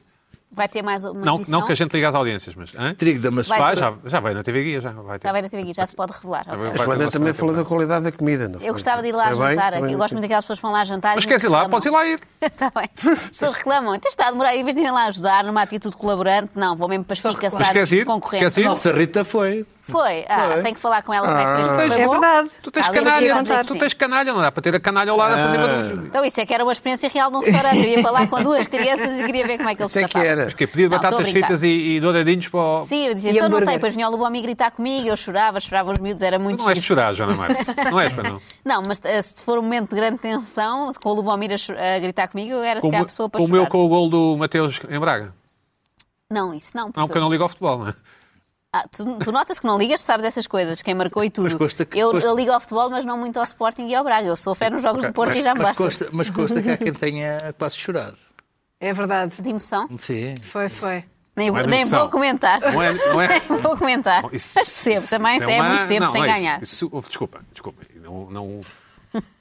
Speaker 3: Vai ter mais uma
Speaker 1: Não,
Speaker 3: edição?
Speaker 1: não que a gente liga às audiências, mas. hã?
Speaker 5: Trigo da maçã.
Speaker 3: Vai-
Speaker 1: Vai, já, já vai na TV Guia, já vai ter.
Speaker 3: Já vai na TV Guia, já se pode revelar.
Speaker 1: Já
Speaker 3: ok.
Speaker 1: vai-
Speaker 2: A
Speaker 1: vai ter
Speaker 2: Joana
Speaker 1: uma
Speaker 2: também
Speaker 1: semana
Speaker 2: falou da qualidade da comida. não foi?
Speaker 3: Eu gostava de ir lá
Speaker 2: Está bem?
Speaker 3: jantar.
Speaker 2: Está bem,
Speaker 3: eu gosto
Speaker 2: não
Speaker 3: muito
Speaker 2: sei.
Speaker 3: daquelas pessoas que vão lá jantar.
Speaker 1: Mas queres ir lá? Podes ir lá ir.
Speaker 3: [LAUGHS] Está bem. As pessoas reclamam. Então está a demorar. Em vez de irem lá ajudar numa atitude colaborante, não, vou mesmo
Speaker 1: Mas
Speaker 3: pasticaçar
Speaker 1: queres ir?
Speaker 3: os concorrentes.
Speaker 1: Queres ir?
Speaker 5: Nossa, Rita foi.
Speaker 3: Foi. Ah, tenho que falar com ela como é
Speaker 2: Ah.
Speaker 3: que fez. Foi
Speaker 4: É
Speaker 3: bom?
Speaker 4: verdade.
Speaker 1: Tu tens
Speaker 3: Ah, lembra-te de
Speaker 1: canalha,
Speaker 3: contar.
Speaker 1: tu tens canalha, não dá para ter a canalha ao lado a fazer
Speaker 4: Ah.
Speaker 1: barulho.
Speaker 3: Então isso é que era uma experiência real num restaurante. Eu ia para lá com duas crianças e queria ver como é que eles
Speaker 2: Isso é que
Speaker 3: tratavam.
Speaker 2: era.
Speaker 1: Mas que é pedir
Speaker 3: Não, estou
Speaker 1: batatas
Speaker 3: a brincar.
Speaker 1: fritas e, e douradinhos para o...
Speaker 3: Sim, eu dizia,
Speaker 4: E
Speaker 3: então não
Speaker 4: hambúrguer.
Speaker 3: tem. Depois vinha o Lubomir gritar comigo, eu chorava, chorava os miúdos, era
Speaker 1: Tu
Speaker 3: muito
Speaker 1: não és
Speaker 3: giro.
Speaker 1: de chorar, Joana
Speaker 3: [LAUGHS]
Speaker 1: Marques. Não és para não.
Speaker 3: Não, mas eh, se for um momento de grande tensão, com o Lubomir a, cho- a gritar comigo, eu era se calhar a pessoa para
Speaker 1: como
Speaker 3: chorar.
Speaker 1: eu com o gol do Mateus em Braga.
Speaker 3: Não, isso não.
Speaker 1: Não,
Speaker 3: porque-
Speaker 1: porque eu não ligo ao futebol, não é?
Speaker 3: Ah, tu, tu notas que não ligas, tu sabes essas coisas, quem marcou e tudo.
Speaker 5: consta que-
Speaker 3: eu,
Speaker 5: consta-
Speaker 3: eu ligo ao futebol, mas não muito ao Sporting e ao Braga. Eu sou fé nos jogos do Porto e já me
Speaker 5: Mas
Speaker 3: basta.
Speaker 5: consta, mas consta que há quem tenha quase chorado.
Speaker 4: É verdade.
Speaker 3: De emoção.
Speaker 5: Sim.
Speaker 4: Foi, foi.
Speaker 3: Nem,
Speaker 1: é de
Speaker 3: nem
Speaker 1: emoção.
Speaker 3: vou comentar.
Speaker 1: Não
Speaker 3: [LAUGHS]
Speaker 1: é- não é-
Speaker 3: Nem vou comentar.
Speaker 1: Bom, isso-
Speaker 3: mas percebo,
Speaker 1: isso-
Speaker 3: também
Speaker 1: isso
Speaker 3: se é,
Speaker 1: uma-
Speaker 3: muito tempo
Speaker 1: não,
Speaker 3: sem
Speaker 1: não é isso.
Speaker 3: ganhar.
Speaker 1: Isso- oh, desculpa, desculpa. Não, não-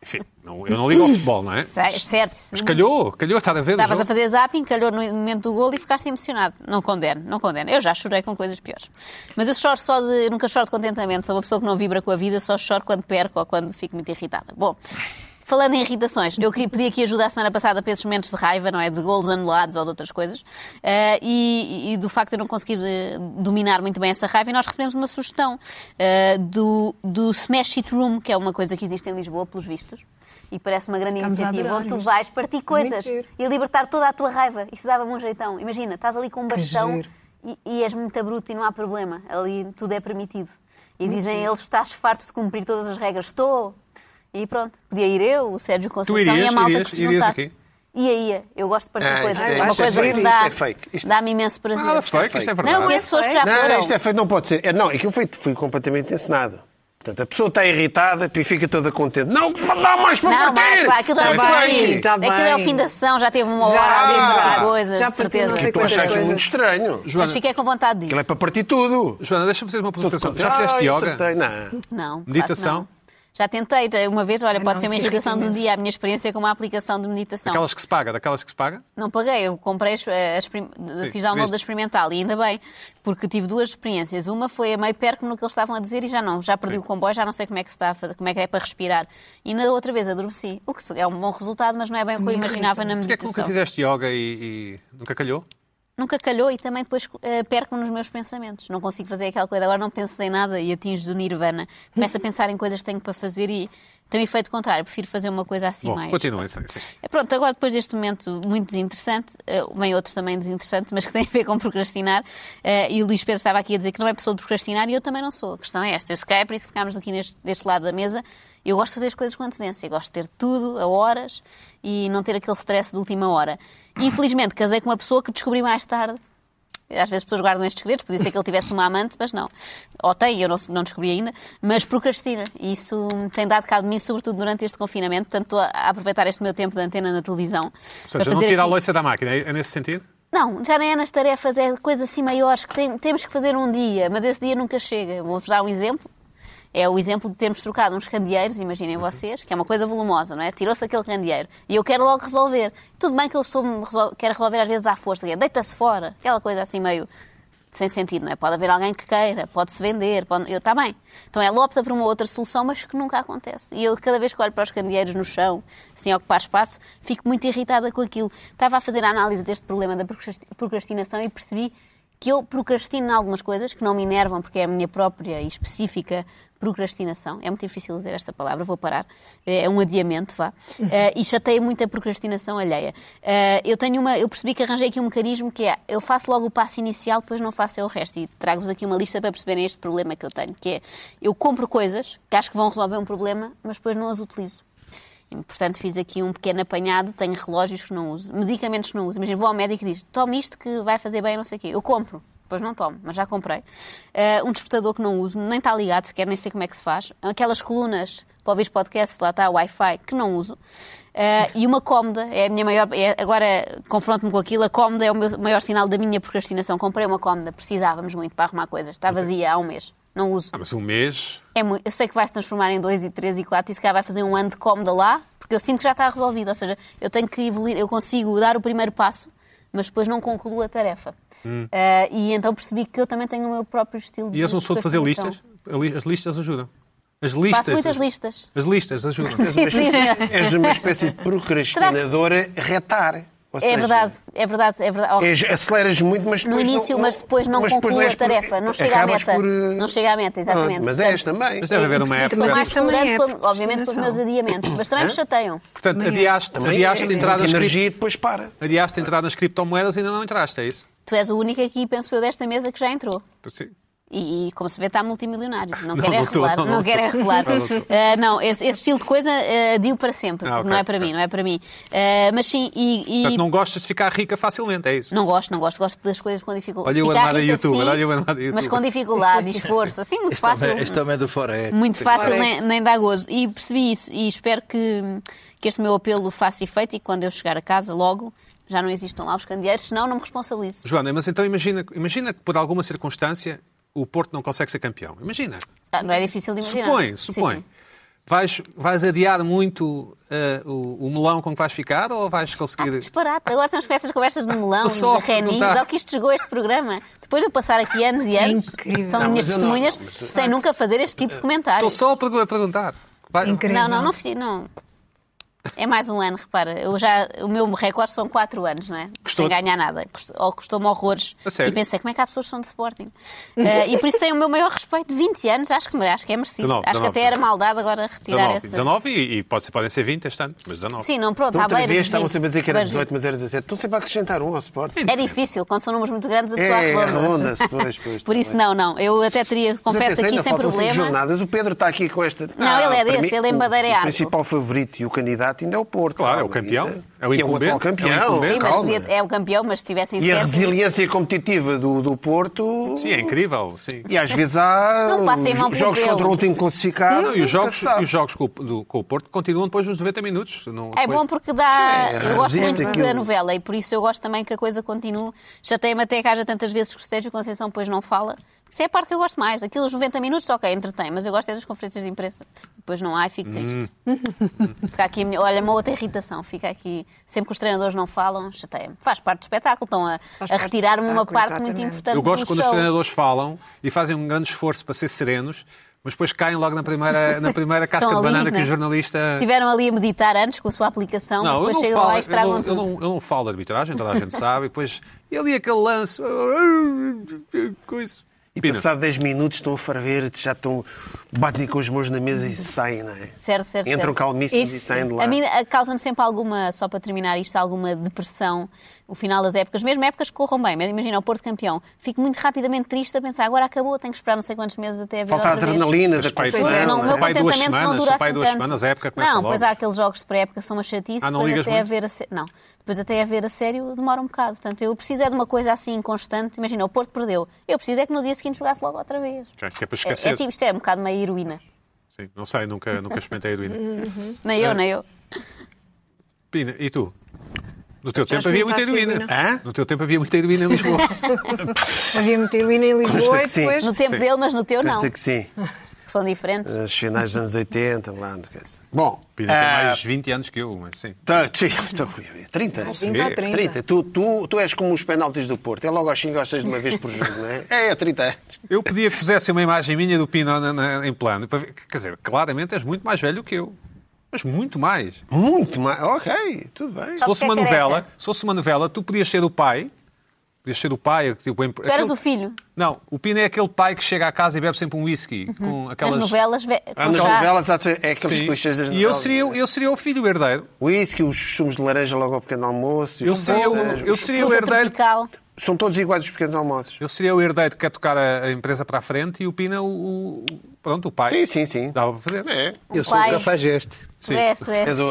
Speaker 1: enfim, não- eu não ligo ao futebol, não é?
Speaker 3: [LAUGHS] Sei- Certo,
Speaker 1: Mas
Speaker 3: se-
Speaker 1: calhou, calhou, estar a ver. o
Speaker 3: estavas
Speaker 1: jogo.
Speaker 3: a fazer zapping, calhou no momento do gol e ficaste emocionado. Não condeno, não condeno. Eu já chorei com coisas piores. Mas eu choro só de. eu Nunca choro de contentamento. Sou uma pessoa que não vibra com a vida, só choro quando perco ou quando fico muito irritada. Bom. Falando em irritações, eu queria pedir aqui ajuda a semana passada para esses momentos de raiva, não é? De golos anulados ou de outras coisas. Eh, e, e do facto de eu não conseguir eh, dominar muito bem essa raiva. E nós recebemos uma sugestão eh, do, do Smash It Room, que é uma coisa que existe em Lisboa, pelos vistos. E parece uma grande
Speaker 4: Estamos a
Speaker 3: iniciativa
Speaker 4: adorar
Speaker 3: onde tu
Speaker 4: isto.
Speaker 3: vais partir coisas
Speaker 4: giro.
Speaker 3: e libertar toda a tua raiva. Isto dava-me um jeitão. Imagina, estás ali com um bastão
Speaker 4: giro.
Speaker 3: e, e és muito bruto e não há problema. Ali tudo é permitido. E dizem eles, estás farto de cumprir todas as regras. Estou. E pronto, podia ir eu, o Sérgio Conceição e
Speaker 1: irias,
Speaker 3: a malta
Speaker 1: irias,
Speaker 3: que se
Speaker 1: irias
Speaker 3: juntasse.
Speaker 1: aqui?
Speaker 3: Ia, ia. Eu gosto de partir
Speaker 2: Ah,
Speaker 3: coisas.
Speaker 2: isto
Speaker 4: é-
Speaker 3: é uma
Speaker 4: isto é
Speaker 3: coisa que
Speaker 4: fake,
Speaker 3: me dá,
Speaker 2: isto é fake, isto-
Speaker 3: dá-me imenso prazer.
Speaker 1: Nada fake, isto é verdade.
Speaker 3: não, conheço pessoas que já
Speaker 2: Não,
Speaker 3: foram.
Speaker 2: não, isto é feito, não pode ser. É, Não, aquilo foi, foi completamente encenado. Portanto, a pessoa está irritada e fica toda contente. Não, dá mais para
Speaker 3: Não,
Speaker 2: partir!
Speaker 3: Marco, vá, aquilo já
Speaker 4: Tá
Speaker 3: é o
Speaker 4: bem,
Speaker 3: fim.
Speaker 4: tá
Speaker 3: Aquilo é o
Speaker 4: bem.
Speaker 3: fim da sessão, já teve uma hora
Speaker 4: Já,
Speaker 3: ali a
Speaker 2: já.
Speaker 3: dizer coisas,
Speaker 4: Já
Speaker 3: de
Speaker 4: partiu não
Speaker 3: certeza.
Speaker 4: sei
Speaker 2: Tu achas Tipo, aquilo
Speaker 4: coisas.
Speaker 2: muito estranho.
Speaker 3: Mas
Speaker 1: Joana,
Speaker 3: fiquei com vontade disso.
Speaker 2: Aquilo é para partir tudo.
Speaker 1: Joana deixa-me fazer uma provocação.
Speaker 2: Tudo
Speaker 1: Já
Speaker 2: contente.
Speaker 1: fizeste
Speaker 2: Ah, eu
Speaker 1: yoga?
Speaker 2: acertei. Não.
Speaker 3: Não. claro que
Speaker 1: Meditação?
Speaker 3: não. Já tentei uma vez, olha,
Speaker 4: Ah,
Speaker 3: pode
Speaker 4: não,
Speaker 3: ser uma
Speaker 4: isso
Speaker 3: irritação de
Speaker 4: irrita
Speaker 3: um
Speaker 4: imenso.
Speaker 3: dia, a minha experiência com uma aplicação de meditação.
Speaker 1: Daquelas que se paga, daquelas que se paga?
Speaker 3: Não paguei, eu comprei, as- eh, as prim- fiz download
Speaker 1: viste?
Speaker 3: da experimental e ainda bem, porque tive duas experiências. Uma foi a meio perco no que eles estavam a dizer e já não, já perdi o comboio, já não sei como é que se está a fazer, como é que é para respirar. E na outra vez adormeci, o que é um bom resultado, mas não é bem o que eu
Speaker 4: Me
Speaker 3: imaginava na
Speaker 1: Porquê é que
Speaker 3: meditação.
Speaker 1: nunca fizeste yoga e, e nunca calhou?
Speaker 3: Nunca calhou e também depois eh, perco-me nos meus pensamentos. Não consigo fazer aquela coisa, agora não penso em nada e atinges o nirvana. Começo a pensar em coisas que tenho para fazer e tem o efeito contrário, prefiro fazer uma coisa assim
Speaker 1: Bom,
Speaker 3: mais.
Speaker 1: continua. então, sim.
Speaker 3: É, Pronto, agora depois deste momento muito desinteressante, eh, vem outro também desinteressante, mas que tem a ver com procrastinar, eh, e o Luís Pedro estava aqui a dizer que não é pessoa de procrastinar e eu também não sou. A questão é esta. Eu, se calhar é por isso que ficámos aqui neste, deste lado da mesa. Eu gosto de fazer as coisas com antecedência, eu gosto de ter tudo a horas e não ter aquele stress de última hora. Infelizmente, casei com uma pessoa que descobri mais tarde. Às vezes as pessoas guardam estes segredos, podia ser que ele tivesse uma amante, mas não. Ou tem, eu não, não descobri ainda, mas procrastina. E isso tem dado cabo de mim, sobretudo durante este confinamento. Portanto, estou a a aproveitar este meu tempo de antena na televisão.
Speaker 1: Ou seja, não tira a loiça da máquina, é é nesse sentido?
Speaker 3: Não, já nem é nas tarefas, é coisas assim maiores que tem- temos que fazer um dia, mas esse dia nunca chega. Vou-vos dar um exemplo. É o exemplo de termos trocado uns candeeiros, imaginem vocês, que é uma coisa volumosa, não é? Tirou-se aquele candeeiro e eu quero logo resolver. Tudo bem que eu sou, resol- quero resolver às vezes à força, que é deita-se fora, aquela coisa assim meio sem sentido, não é? Pode haver alguém que queira, pode-se vender, pode... eu está bem. Então ela opta por uma outra solução, mas que nunca acontece. E eu, cada vez que olho para os candeeiros no chão, sem ocupar espaço, fico muito irritada com aquilo. Estava a fazer a análise deste problema da procrasti- procrastinação e percebi que eu procrastino em algumas coisas que não me enervam, porque é a minha própria e específica procrastinação. É muito difícil dizer esta palavra, vou parar. É um adiamento, vá. Eh, e chateia muito a procrastinação alheia. Eh, eu tenho uma, eu percebi que arranjei aqui um mecanismo que é, eu faço logo o passo inicial, depois não faço é o resto. E trago-vos aqui uma lista para perceberem este problema que eu tenho, que é, eu compro coisas que acho que vão resolver um problema, mas depois não as utilizo. E, Portanto, fiz aqui um pequeno apanhado. Tenho relógios que não uso, medicamentos que não uso. Imagina, vou ao médico e diz: tome isto que vai fazer bem, não sei o quê. Eu compro, depois não tomo, mas já comprei. Eh, um despertador que não uso, nem está ligado sequer, nem sei como é que se faz. Aquelas colunas para ouvir podcast, lá está, Wi-Fi, que não uso. Eh, e uma cómoda, é a minha maior. é- agora confronto-me com aquilo, a cómoda é o meu maior sinal da minha procrastinação. Comprei uma cómoda, precisávamos muito para arrumar coisas. Está vazia há um mês, não uso.
Speaker 1: Ah, mas um mês.
Speaker 3: É muito. Eu sei que vai se transformar em 2 e 3 e 4 e se calhar vai fazer um ano de cómoda lá, porque eu sinto que já está resolvido. Ou seja, eu tenho que evoluir, eu consigo dar o primeiro passo, mas depois não concluo a tarefa. Eh, e então percebi que eu também tenho o meu próprio estilo de
Speaker 1: Hum. E és um senhor de fazer
Speaker 3: procrastinação.
Speaker 1: listas? Ali- As listas ajudam. As listas.
Speaker 3: então. Faço muitas listas.
Speaker 1: As listas ajudam.
Speaker 2: És uma espécie de procrastinadora retar. Ou
Speaker 3: É
Speaker 2: seja,
Speaker 3: verdade, é verdade, é verdade.
Speaker 2: és- aceleras muito, mas
Speaker 3: no
Speaker 2: depois
Speaker 3: início, mas depois não concluo
Speaker 2: és
Speaker 3: a tarefa, não chega à
Speaker 2: acabas
Speaker 3: meta.
Speaker 2: por, eh,
Speaker 3: Não chega à meta, exatamente.
Speaker 2: pronto, Mas
Speaker 3: Portanto,
Speaker 2: és também.
Speaker 1: Mas é, deve haver uma
Speaker 4: percebi
Speaker 1: época.
Speaker 3: Foi
Speaker 4: Mas
Speaker 3: mais
Speaker 4: isso também
Speaker 3: tolerante,
Speaker 4: é
Speaker 3: com- obviamente, com os meus
Speaker 4: procrastinação.
Speaker 3: adiamentos, mas também me chateiam.
Speaker 1: Portanto,
Speaker 4: Também é.
Speaker 1: adiaste,
Speaker 2: Também
Speaker 1: adiaste,
Speaker 2: é,
Speaker 1: a entrada
Speaker 2: energia
Speaker 1: nas cripto-
Speaker 2: e depois para.
Speaker 1: adiaste a entrar nas criptomoedas e ainda não entraste, é isso?
Speaker 3: Tu és o único aqui, penso eu, desta mesa que já entrou.
Speaker 1: Pois sim.
Speaker 3: E, e, como se vê, está multimilionário. Não,
Speaker 1: Não,
Speaker 3: quer é
Speaker 1: não estou,
Speaker 3: revelar. Não,
Speaker 1: não, não
Speaker 3: quer é
Speaker 1: estou.
Speaker 3: revelar.
Speaker 1: Não, não estou.
Speaker 3: Ah, não, esse, esse estilo de coisa ah, adio para sempre.
Speaker 1: Ah,
Speaker 3: porque
Speaker 1: ok,
Speaker 3: não é para
Speaker 1: ok.
Speaker 3: mim, não é para mim. Ah, mas sim, e. e-
Speaker 1: Portanto,
Speaker 3: não...
Speaker 1: não gostas de ficar rica facilmente, é isso?
Speaker 3: gosto, não gosto. Gosto das coisas com dificuldade.
Speaker 1: Olha o
Speaker 3: Ficar
Speaker 1: animado
Speaker 3: rica,
Speaker 1: youtuber,
Speaker 3: sim,
Speaker 1: olha o animado
Speaker 3: Mas
Speaker 1: youtuber.
Speaker 3: com dificuldade, esforço. Assim, muito fácil.
Speaker 5: Este também é do Forex.
Speaker 3: Muito fácil, nem,
Speaker 4: Parece.
Speaker 3: nem dá gozo. E percebi isso e espero que, que este meu apelo faça efeito e que quando eu chegar a casa, logo, já não existam lá os candeeiros, senão não me responsabilizo.
Speaker 1: Joana, mas então imagina, imagina que por alguma circunstância o Porto não consegue ser campeão. Imagina.
Speaker 3: Ah, Não é difícil de imaginar.
Speaker 1: Supõe,
Speaker 3: Sim,
Speaker 1: supõe.
Speaker 3: sim.
Speaker 1: Vais, vais adiar muito eh, o, o melão com que vais ficar ou vais conseguir.
Speaker 3: Ah, Disparate. Agora estamos com estas conversas de melão e
Speaker 1: Só
Speaker 3: de reninhos.
Speaker 2: tá.
Speaker 1: perguntar.
Speaker 3: Olha o que isto chegou a este programa. Depois de eu passar aqui anos e anos,
Speaker 4: É incrível.
Speaker 3: são
Speaker 4: Não,
Speaker 3: minhas
Speaker 2: mas eu não-
Speaker 3: testemunhas,
Speaker 2: não, mas eu- Eh,
Speaker 3: sem nunca fazer este tipo de comentário.
Speaker 1: Estou só a pergu- a perguntar. Vai-
Speaker 4: Incrível.
Speaker 3: Não, não, não fiz. Não. É mais um ano, repara. Eu já, o meu recorde são quatro anos, não é?
Speaker 1: Custou-
Speaker 3: Sem ganhar nada. Cust- ou Custou-me horrores.
Speaker 1: A sério?
Speaker 3: E pensei, como é que há pessoas que são de Sporting? Eh, e por isso tenho o meu maior respeito. 20 anos, acho que, acho que é merecido.
Speaker 1: 19,
Speaker 3: acho que
Speaker 1: 19.
Speaker 3: até era maldade agora retirar
Speaker 1: 19,
Speaker 3: essa.
Speaker 1: 19 e, e pode ser, podem ser 20 este ano, mas 19.
Speaker 3: Sim, não, pronto,
Speaker 2: Da
Speaker 3: à
Speaker 2: outra
Speaker 3: beira
Speaker 2: vez
Speaker 3: dos
Speaker 2: estavam
Speaker 3: 20,
Speaker 2: sempre a dizer que era
Speaker 3: beira dos
Speaker 2: 18, mas era 17. Estão sempre a acrescentar um ao Sport.
Speaker 3: É difícil, quando são números muito grandes, a pessoa
Speaker 2: É,
Speaker 3: arredonda.
Speaker 2: arredonda-se, pois,
Speaker 3: [LAUGHS]
Speaker 2: pois.
Speaker 3: Por isso, não, não. Eu até teria, confesso aqui, sem problema.
Speaker 2: Jornadas. O Pedro está aqui com esta. Ah,
Speaker 3: Não, ele é desse, ele é madeira e
Speaker 2: O, o
Speaker 3: árvore.
Speaker 2: principal favorito e o candidato ainda é o Porto.
Speaker 1: Claro, é o
Speaker 2: Calma,
Speaker 1: campeão,
Speaker 2: ainda-
Speaker 1: é o incumbente,
Speaker 2: atual
Speaker 1: é o
Speaker 2: campeão.
Speaker 1: incumbente.
Speaker 3: Sim, mas
Speaker 2: calma.
Speaker 3: podia- é o campeão, mas se tivessem
Speaker 2: E a
Speaker 3: sete.
Speaker 2: resiliência competitiva do, do Porto.
Speaker 1: Sim, é incrível. Sim.
Speaker 2: E às vezes há
Speaker 3: Não passem mal
Speaker 2: jo-
Speaker 3: pelo
Speaker 2: jogos
Speaker 3: Belo.
Speaker 2: contra o último classificado.
Speaker 1: Não, e os
Speaker 2: nunca
Speaker 1: jogos,
Speaker 2: se sabe.
Speaker 1: e os jogos com, o- do- com o Porto continuam depois dos 90 minutos. Não,
Speaker 3: É
Speaker 1: depois-
Speaker 3: bom porque dá.
Speaker 2: É,
Speaker 3: eu gosto
Speaker 2: resiste
Speaker 3: muito da
Speaker 2: aquilo.
Speaker 3: novela e por isso eu gosto também que a coisa continue. Chatei-me até que haja tantas vezes que o Sérgio Conceição depois não fala, Isso é a parte que eu gosto mais. Aqueles 90 minutos, ok, entretém, mas eu gosto é das conferências de imprensa. Depois não há e fico triste.
Speaker 1: Hum.
Speaker 3: [LAUGHS] Fica aqui, a minha- olha, uma outra irritação. Fica aqui, sempre que os treinadores não falam, chateia-me. Faz parte do espetáculo, estão a,
Speaker 4: Faz
Speaker 3: a
Speaker 4: parte do
Speaker 3: retirar-me uma
Speaker 4: espetáculo,
Speaker 3: parte muito
Speaker 4: exatamente.
Speaker 3: importante
Speaker 1: Eu gosto
Speaker 3: do
Speaker 1: quando os
Speaker 3: show.
Speaker 1: treinadores falam e fazem um grande esforço para ser serenos, mas depois caem logo na primeira, na primeira
Speaker 3: [LAUGHS]
Speaker 1: casca
Speaker 3: Estão
Speaker 1: de
Speaker 3: ali,
Speaker 1: banana que
Speaker 3: né?
Speaker 1: o jornalista.
Speaker 3: Estiveram ali a meditar antes com a sua aplicação, mas depois chegam lá e
Speaker 1: eu, não,
Speaker 3: estragam
Speaker 1: eu,
Speaker 3: tudo.
Speaker 1: não, eu não falo de arbitragem, toda
Speaker 3: [LAUGHS]
Speaker 1: a gente sabe, e depois. E ali aquele lance. [LAUGHS] Coisa.
Speaker 2: E
Speaker 1: Pina,
Speaker 2: passado 10 minutos estão a ferver, já estão. batem com as mãos na mesa e saem, não é?
Speaker 3: Certo, certo,
Speaker 2: Entram
Speaker 3: certo.
Speaker 2: calmíssimos e
Speaker 4: Isso,
Speaker 2: saem de lá.
Speaker 3: A mim a- causa-me sempre alguma, só para terminar isto, alguma depressão o final das épocas, mesmo épocas que corram bem. mas Imagina o Porto campeão. Fico muito rapidamente triste a pensar, agora acabou, tenho que esperar não sei quantos meses até haver
Speaker 2: Falta a
Speaker 3: é outra vez.
Speaker 2: adrenalina da
Speaker 1: Mas pai,
Speaker 3: Pois
Speaker 2: confusão.
Speaker 3: é, não, o
Speaker 2: não
Speaker 3: meu
Speaker 2: é?
Speaker 1: Vai duas
Speaker 3: contentamento não
Speaker 1: semanas,
Speaker 3: dura
Speaker 1: só vai
Speaker 3: assim
Speaker 1: duas
Speaker 3: tanto.
Speaker 1: semanas, a época começa
Speaker 3: Não,
Speaker 1: logo.
Speaker 3: pois há aqueles jogos de pré-época que são uma chatice,
Speaker 1: Ah, não
Speaker 3: depois
Speaker 1: ligas
Speaker 3: até
Speaker 1: muito?
Speaker 3: haver a sério. Não, depois até haver a sério demora um bocado. Portanto, eu preciso é de uma coisa assim constante. Imagina, o Porto perdeu. Eu preciso é que no dia seguinte jogasse logo outra vez.
Speaker 1: Que é para
Speaker 3: É,
Speaker 1: esquecer.
Speaker 3: é tipo, isto é um bocado uma heroína.
Speaker 1: Sim, não sei, nunca, nunca
Speaker 3: [LAUGHS]
Speaker 1: experimentei a heroína.
Speaker 3: Nem eu, nem eu.
Speaker 1: Pina, e tu? No teu tempo
Speaker 4: Já
Speaker 1: havia muita
Speaker 4: experimentaste
Speaker 1: heroína.
Speaker 2: heroína? Hã?
Speaker 1: No teu tempo havia muita heroína em
Speaker 2: [LAUGHS]
Speaker 1: Lisboa.
Speaker 4: Havia muito heroína em Lisboa
Speaker 2: Consta
Speaker 4: e
Speaker 2: que sim.
Speaker 4: depois.
Speaker 3: No tempo dele, mas no teu não.
Speaker 2: Pensa que Eh, sim.
Speaker 3: que são diferentes.
Speaker 2: Os finais dos anos 80, lá. não quer dizer. Bom,
Speaker 1: Pina tem
Speaker 2: ah,
Speaker 1: mais 20 anos que eu, mas sim.
Speaker 2: tá, sim, [LAUGHS] tô- 30.
Speaker 1: se vê.
Speaker 4: 20 ou 30.
Speaker 2: 30. Tu, tu, tu és como os penaltis do Porto. É logo aos 5 ou 6 de uma vez por jogo, não
Speaker 1: [LAUGHS]
Speaker 2: é? É, é 30 anos.
Speaker 1: Eu pedia que pusessem uma imagem minha do Pina na- na- em plano. Para ver, quer dizer, claramente és muito mais velho que eu. Mas muito mais.
Speaker 2: Muito mais. Ok, tudo bem.
Speaker 1: Se fosse uma
Speaker 3: porque é careca.
Speaker 1: novela, se fosse uma novela, tu podias ser o pai. Podias ser o pai. Tipo, em-
Speaker 3: Tu eras
Speaker 1: aquele-
Speaker 3: o filho.
Speaker 1: Não, o Pina é aquele pai que chega à casa e bebe sempre um whisky. Com aquelas...
Speaker 3: As Uhum. novelas ve-
Speaker 2: Há
Speaker 3: com
Speaker 2: Ah, nas
Speaker 3: chá.
Speaker 2: novelas, há- é aqueles
Speaker 1: Sim.
Speaker 2: clichês das
Speaker 1: E eu
Speaker 2: novelas.
Speaker 1: seria, eu seria o filho, o herdeiro.
Speaker 2: Whisky, os sumos de laranja logo ao pequeno almoço.
Speaker 1: Eu
Speaker 2: os
Speaker 1: seria, o,
Speaker 2: bolsas.
Speaker 1: eu seria o
Speaker 3: Fruta
Speaker 1: herdeiro.
Speaker 3: tropical.
Speaker 2: São todos iguais os pequenos almoços.
Speaker 1: Eu seria o herdeiro que quer tocar a, a empresa para a frente e o Pina, o, o- pronto, o pai.
Speaker 2: Sim, É, sim, sim.
Speaker 1: Dava para fazer.
Speaker 5: Eu sou
Speaker 3: pai.
Speaker 5: o cafajeste.
Speaker 1: Sim.
Speaker 3: Veste, veste.
Speaker 2: És o-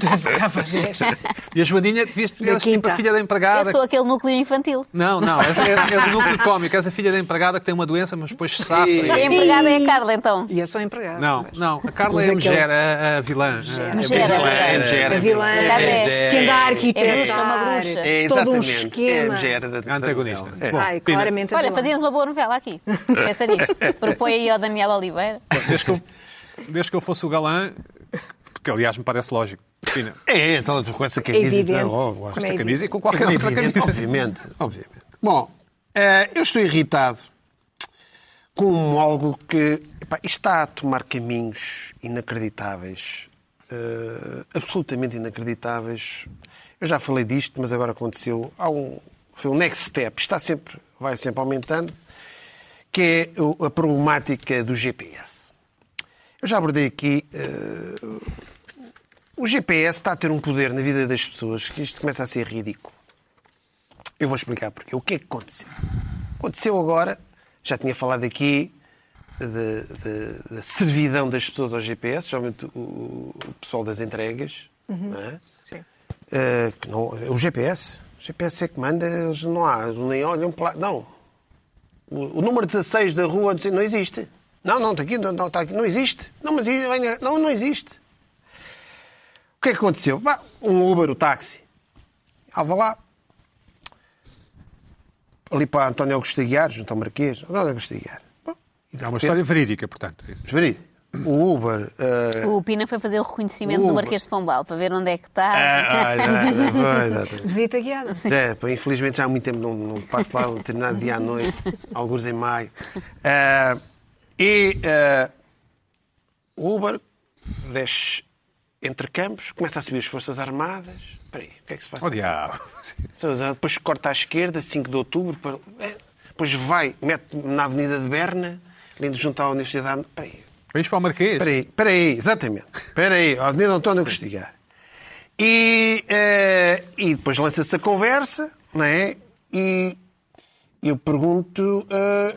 Speaker 1: [LAUGHS] E a Joaninha, devias eras tipo
Speaker 4: quinta.
Speaker 1: a filha da
Speaker 3: Eu
Speaker 1: empregada.
Speaker 3: sou aquele núcleo infantil.
Speaker 1: Não, não, és, és, és o núcleo cómico, és a filha da empregada que tem uma doença, mas depois se safa.
Speaker 3: E a empregada é a Carla, então.
Speaker 4: E eu sou empregada.
Speaker 1: Não, não, a Carla
Speaker 4: Mas
Speaker 1: é a
Speaker 4: aquele-
Speaker 1: megera, a, a vilã.
Speaker 3: Mas
Speaker 1: A-
Speaker 3: Gera.
Speaker 2: É
Speaker 4: A
Speaker 2: MGR.
Speaker 4: vilã
Speaker 3: É,
Speaker 4: que anda a
Speaker 3: é bruxa, uma
Speaker 4: arquitetar.
Speaker 3: bruxa.
Speaker 2: É
Speaker 4: todo um
Speaker 2: exatamente. É
Speaker 4: esquema.
Speaker 2: MGR da- da
Speaker 1: Antagonista.
Speaker 2: novela. É.
Speaker 1: Bom,
Speaker 4: Ai,
Speaker 1: Pina,
Speaker 4: claramente a
Speaker 3: Olha,
Speaker 4: vilã.
Speaker 3: fazíamos uma boa novela aqui. Pensa nisso. Propõe aí ao Daniel Oliveira.
Speaker 1: desde, que eu, desde que eu fosse o galã, que aliás me parece lógico, Pina,
Speaker 2: É, então com essa camisa.
Speaker 4: Evidente.
Speaker 2: não, logo, logo.
Speaker 4: Como
Speaker 1: esta
Speaker 4: é
Speaker 1: camisa e com qualquer
Speaker 2: Não,
Speaker 1: outra
Speaker 2: evidente,
Speaker 1: camisa.
Speaker 2: Obviamente, obviamente. Bom, eh, eu estou irritado com algo que epá, isto está a tomar caminhos inacreditáveis, eh, absolutamente inacreditáveis. Eu já falei disto, mas agora aconteceu. Há um, foi um next step, está sempre, vai sempre aumentando, que é o- a problemática do GPS. Eu já abordei aqui o GPS está a ter um poder na vida das pessoas que isto começa a ser ridículo. Eu vou explicar porquê. O que é que aconteceu? Aconteceu agora, já tinha falado aqui de- de- da servidão das pessoas ao GPS, geralmente o, o pessoal das entregas, não é?
Speaker 4: Sim.
Speaker 2: Eh, que não, o GPS. O GPS é que manda, eles não há, nem olham para lá. Não. O, o número 16 da rua não sei, não existe. Não, não, está aqui, não, não, está aqui, não existe. Não, mas e- venha- não, não existe. O que é que aconteceu? Bah, um Uber, o táxi. Alva lá. Ali para António Augusto Aguiar, junto ao Marquês. António Augusto Aguiar. Bom, e de
Speaker 1: É uma
Speaker 2: repente-
Speaker 1: história verídica, portanto.
Speaker 2: Espera aí. O Uber. eh,
Speaker 3: O Pina foi fazer o reconhecimento
Speaker 2: Uh.
Speaker 3: do Marquês de Pombal para ver onde é que está.
Speaker 2: ah, ah, [LAUGHS] ah, exatamente.
Speaker 4: Visita guiada.
Speaker 2: É, pá, infelizmente já há muito tempo não, não passo lá um determinado dia à noite, alguns em maio. Ah, e ah, o Uber desce entre campos, começa a subir as Forças Armadas. Espera aí, o que é que se passa?
Speaker 1: Oh, diabo. Sim.
Speaker 2: Então, Depois corta à esquerda, 5 de outubro, para- é, depois vai, mete na Avenida de Berna, lindo junto à Universidade. Espera aí,
Speaker 1: Vens para o Marquês.
Speaker 2: Espera aí, espera aí, exatamente. Espera aí, a Avenida António Costigar. E, eh, e depois lança-se a conversa, não é? E eu pergunto. eh,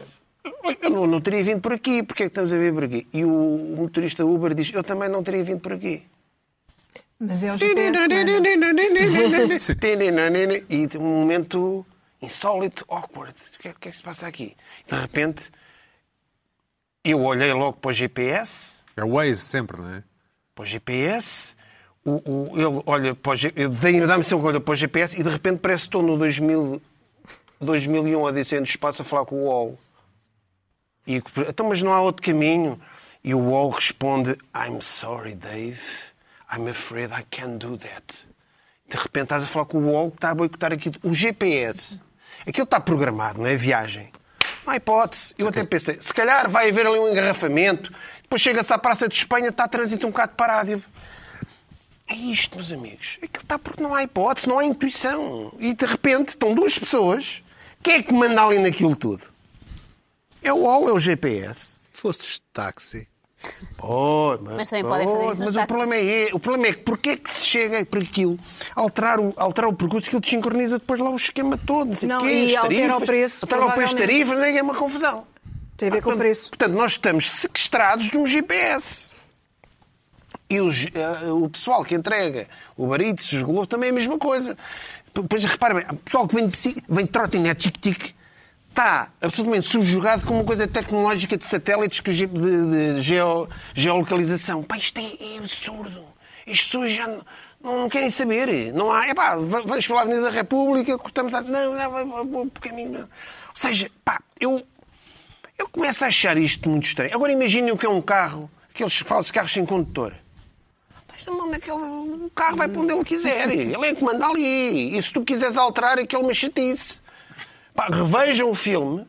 Speaker 2: "Olha, eu não, não teria vindo por aqui, porque é que estamos a vir por aqui? E o, motorista Uber diz: Eu também não teria vindo por aqui.
Speaker 4: Mas é um GPS. que manda.
Speaker 1: Sim.
Speaker 2: [LAUGHS] E de um momento insólito, awkward. O que é, o que é que se passa aqui? De repente, eu olhei logo para o GPS.
Speaker 1: É o Waze sempre, não é?
Speaker 2: para o GPS. O, o- ele olha para o G- eu dei- Dá-me sempre olha para o GPS e de um, repente parece que estou no 2000, 2001 Odisseia no Espaço a falar com o UOL. E, o- então, mas não há outro caminho. E o Wall responde: I'm sorry, Dave. I'm afraid I can't do that. De repente estás a falar com o Wall que está a boicotar aquilo. O GPS. Aquilo está programado, não é? Viagem. Não há hipótese. Eu até pensei: se calhar vai haver ali um engarrafamento. Depois chega-se à Praça de Espanha, está a trânsito um bocado parado. E eu, é isto, meus amigos. Aquilo está porque não há hipótese, não há intuição. E de repente estão duas pessoas. Quem é que manda ali naquilo tudo? É o OL, é o GPS.
Speaker 5: Fosses de táxi.
Speaker 2: Pode,
Speaker 3: Mas também podem fazer isso nos
Speaker 2: Mas o
Speaker 3: táxis.
Speaker 2: problema, é, o problema é que porque é que se chega para aquilo, alterar o, alterar o percurso, aquilo desincroniza depois lá o esquema todo. Não, sei
Speaker 4: Não,
Speaker 2: quê,
Speaker 4: e
Speaker 2: as
Speaker 4: altera o
Speaker 2: tarifas,
Speaker 4: preço,
Speaker 2: Altera o preço de
Speaker 4: provavelmente.
Speaker 2: tarifas, nem é uma confusão.
Speaker 4: Tem a ver com o preço.
Speaker 2: Portanto, nós estamos sequestrados de um GPS. E os, eh, o pessoal que entrega o barito, os Globo, também é a mesma coisa. Depois repara bem, o pessoal que vem de, bici- vem de trotinete tic-tic está absolutamente subjugado com uma coisa tecnológica de satélites que o ge- de, de geo- geolocalização. Pá, isto é, é absurdo. As pessoas já não, não querem saber. Não há. Epá, va- vamos pela Avenida da República, cortamos a. Não, não, vai- vai- vai por caminho. Ou seja, pá, eu eu começo a achar isto muito estranho. Agora imaginem o que é um carro, aqueles falsos carros sem condutor. Tens na mão daquele. O carro vai para onde ele quiser. Ele é que manda ali. E se tu quiseres alterar, aquilo é uma chatice. Pá, revejam o filme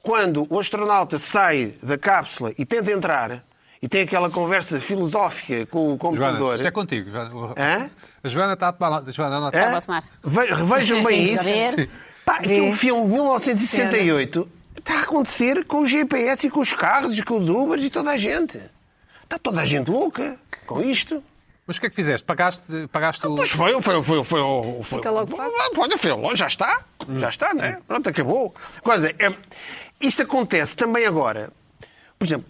Speaker 2: quando o astronauta sai da cápsula e tenta entrar e tem aquela conversa filosófica com o
Speaker 1: Joana,
Speaker 2: computador.
Speaker 1: isto é contigo. Joana.
Speaker 2: Hã?
Speaker 1: A Joana está a tomar nota. Joana, anota.
Speaker 2: Hã?
Speaker 3: Tá bom, Tomás.
Speaker 2: É? Ve- Revejam
Speaker 4: [LAUGHS]
Speaker 2: bem
Speaker 3: Vamos ver.
Speaker 2: isso.
Speaker 3: Sim.
Speaker 2: Pá, aquele
Speaker 4: Vê.
Speaker 2: filme de 1968 está tá a acontecer com o GPS e com os carros e com os Ubers e toda a gente. Está toda a gente louca com isto. Ah,
Speaker 1: Mas o que é que fizeste? Pagaste, pagaste o...
Speaker 2: Então, Pois foi, foi, foi, foi, foi.
Speaker 4: Fica logo pago.
Speaker 2: Ah, Olha, foi, logo, já está. Já está, né? Pronto, acabou. Coisa, é, isto acontece também agora. Por exemplo,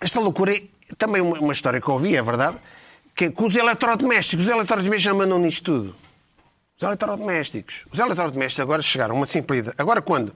Speaker 2: esta loucura é também uma, uma história que eu ouvi, é verdade, que, que os eletrodomésticos, os eletrodomésticos já mandam nisto tudo. Os eletrodomésticos. Os eletrodomésticos agora chegaram a uma simplicidade. Agora quando?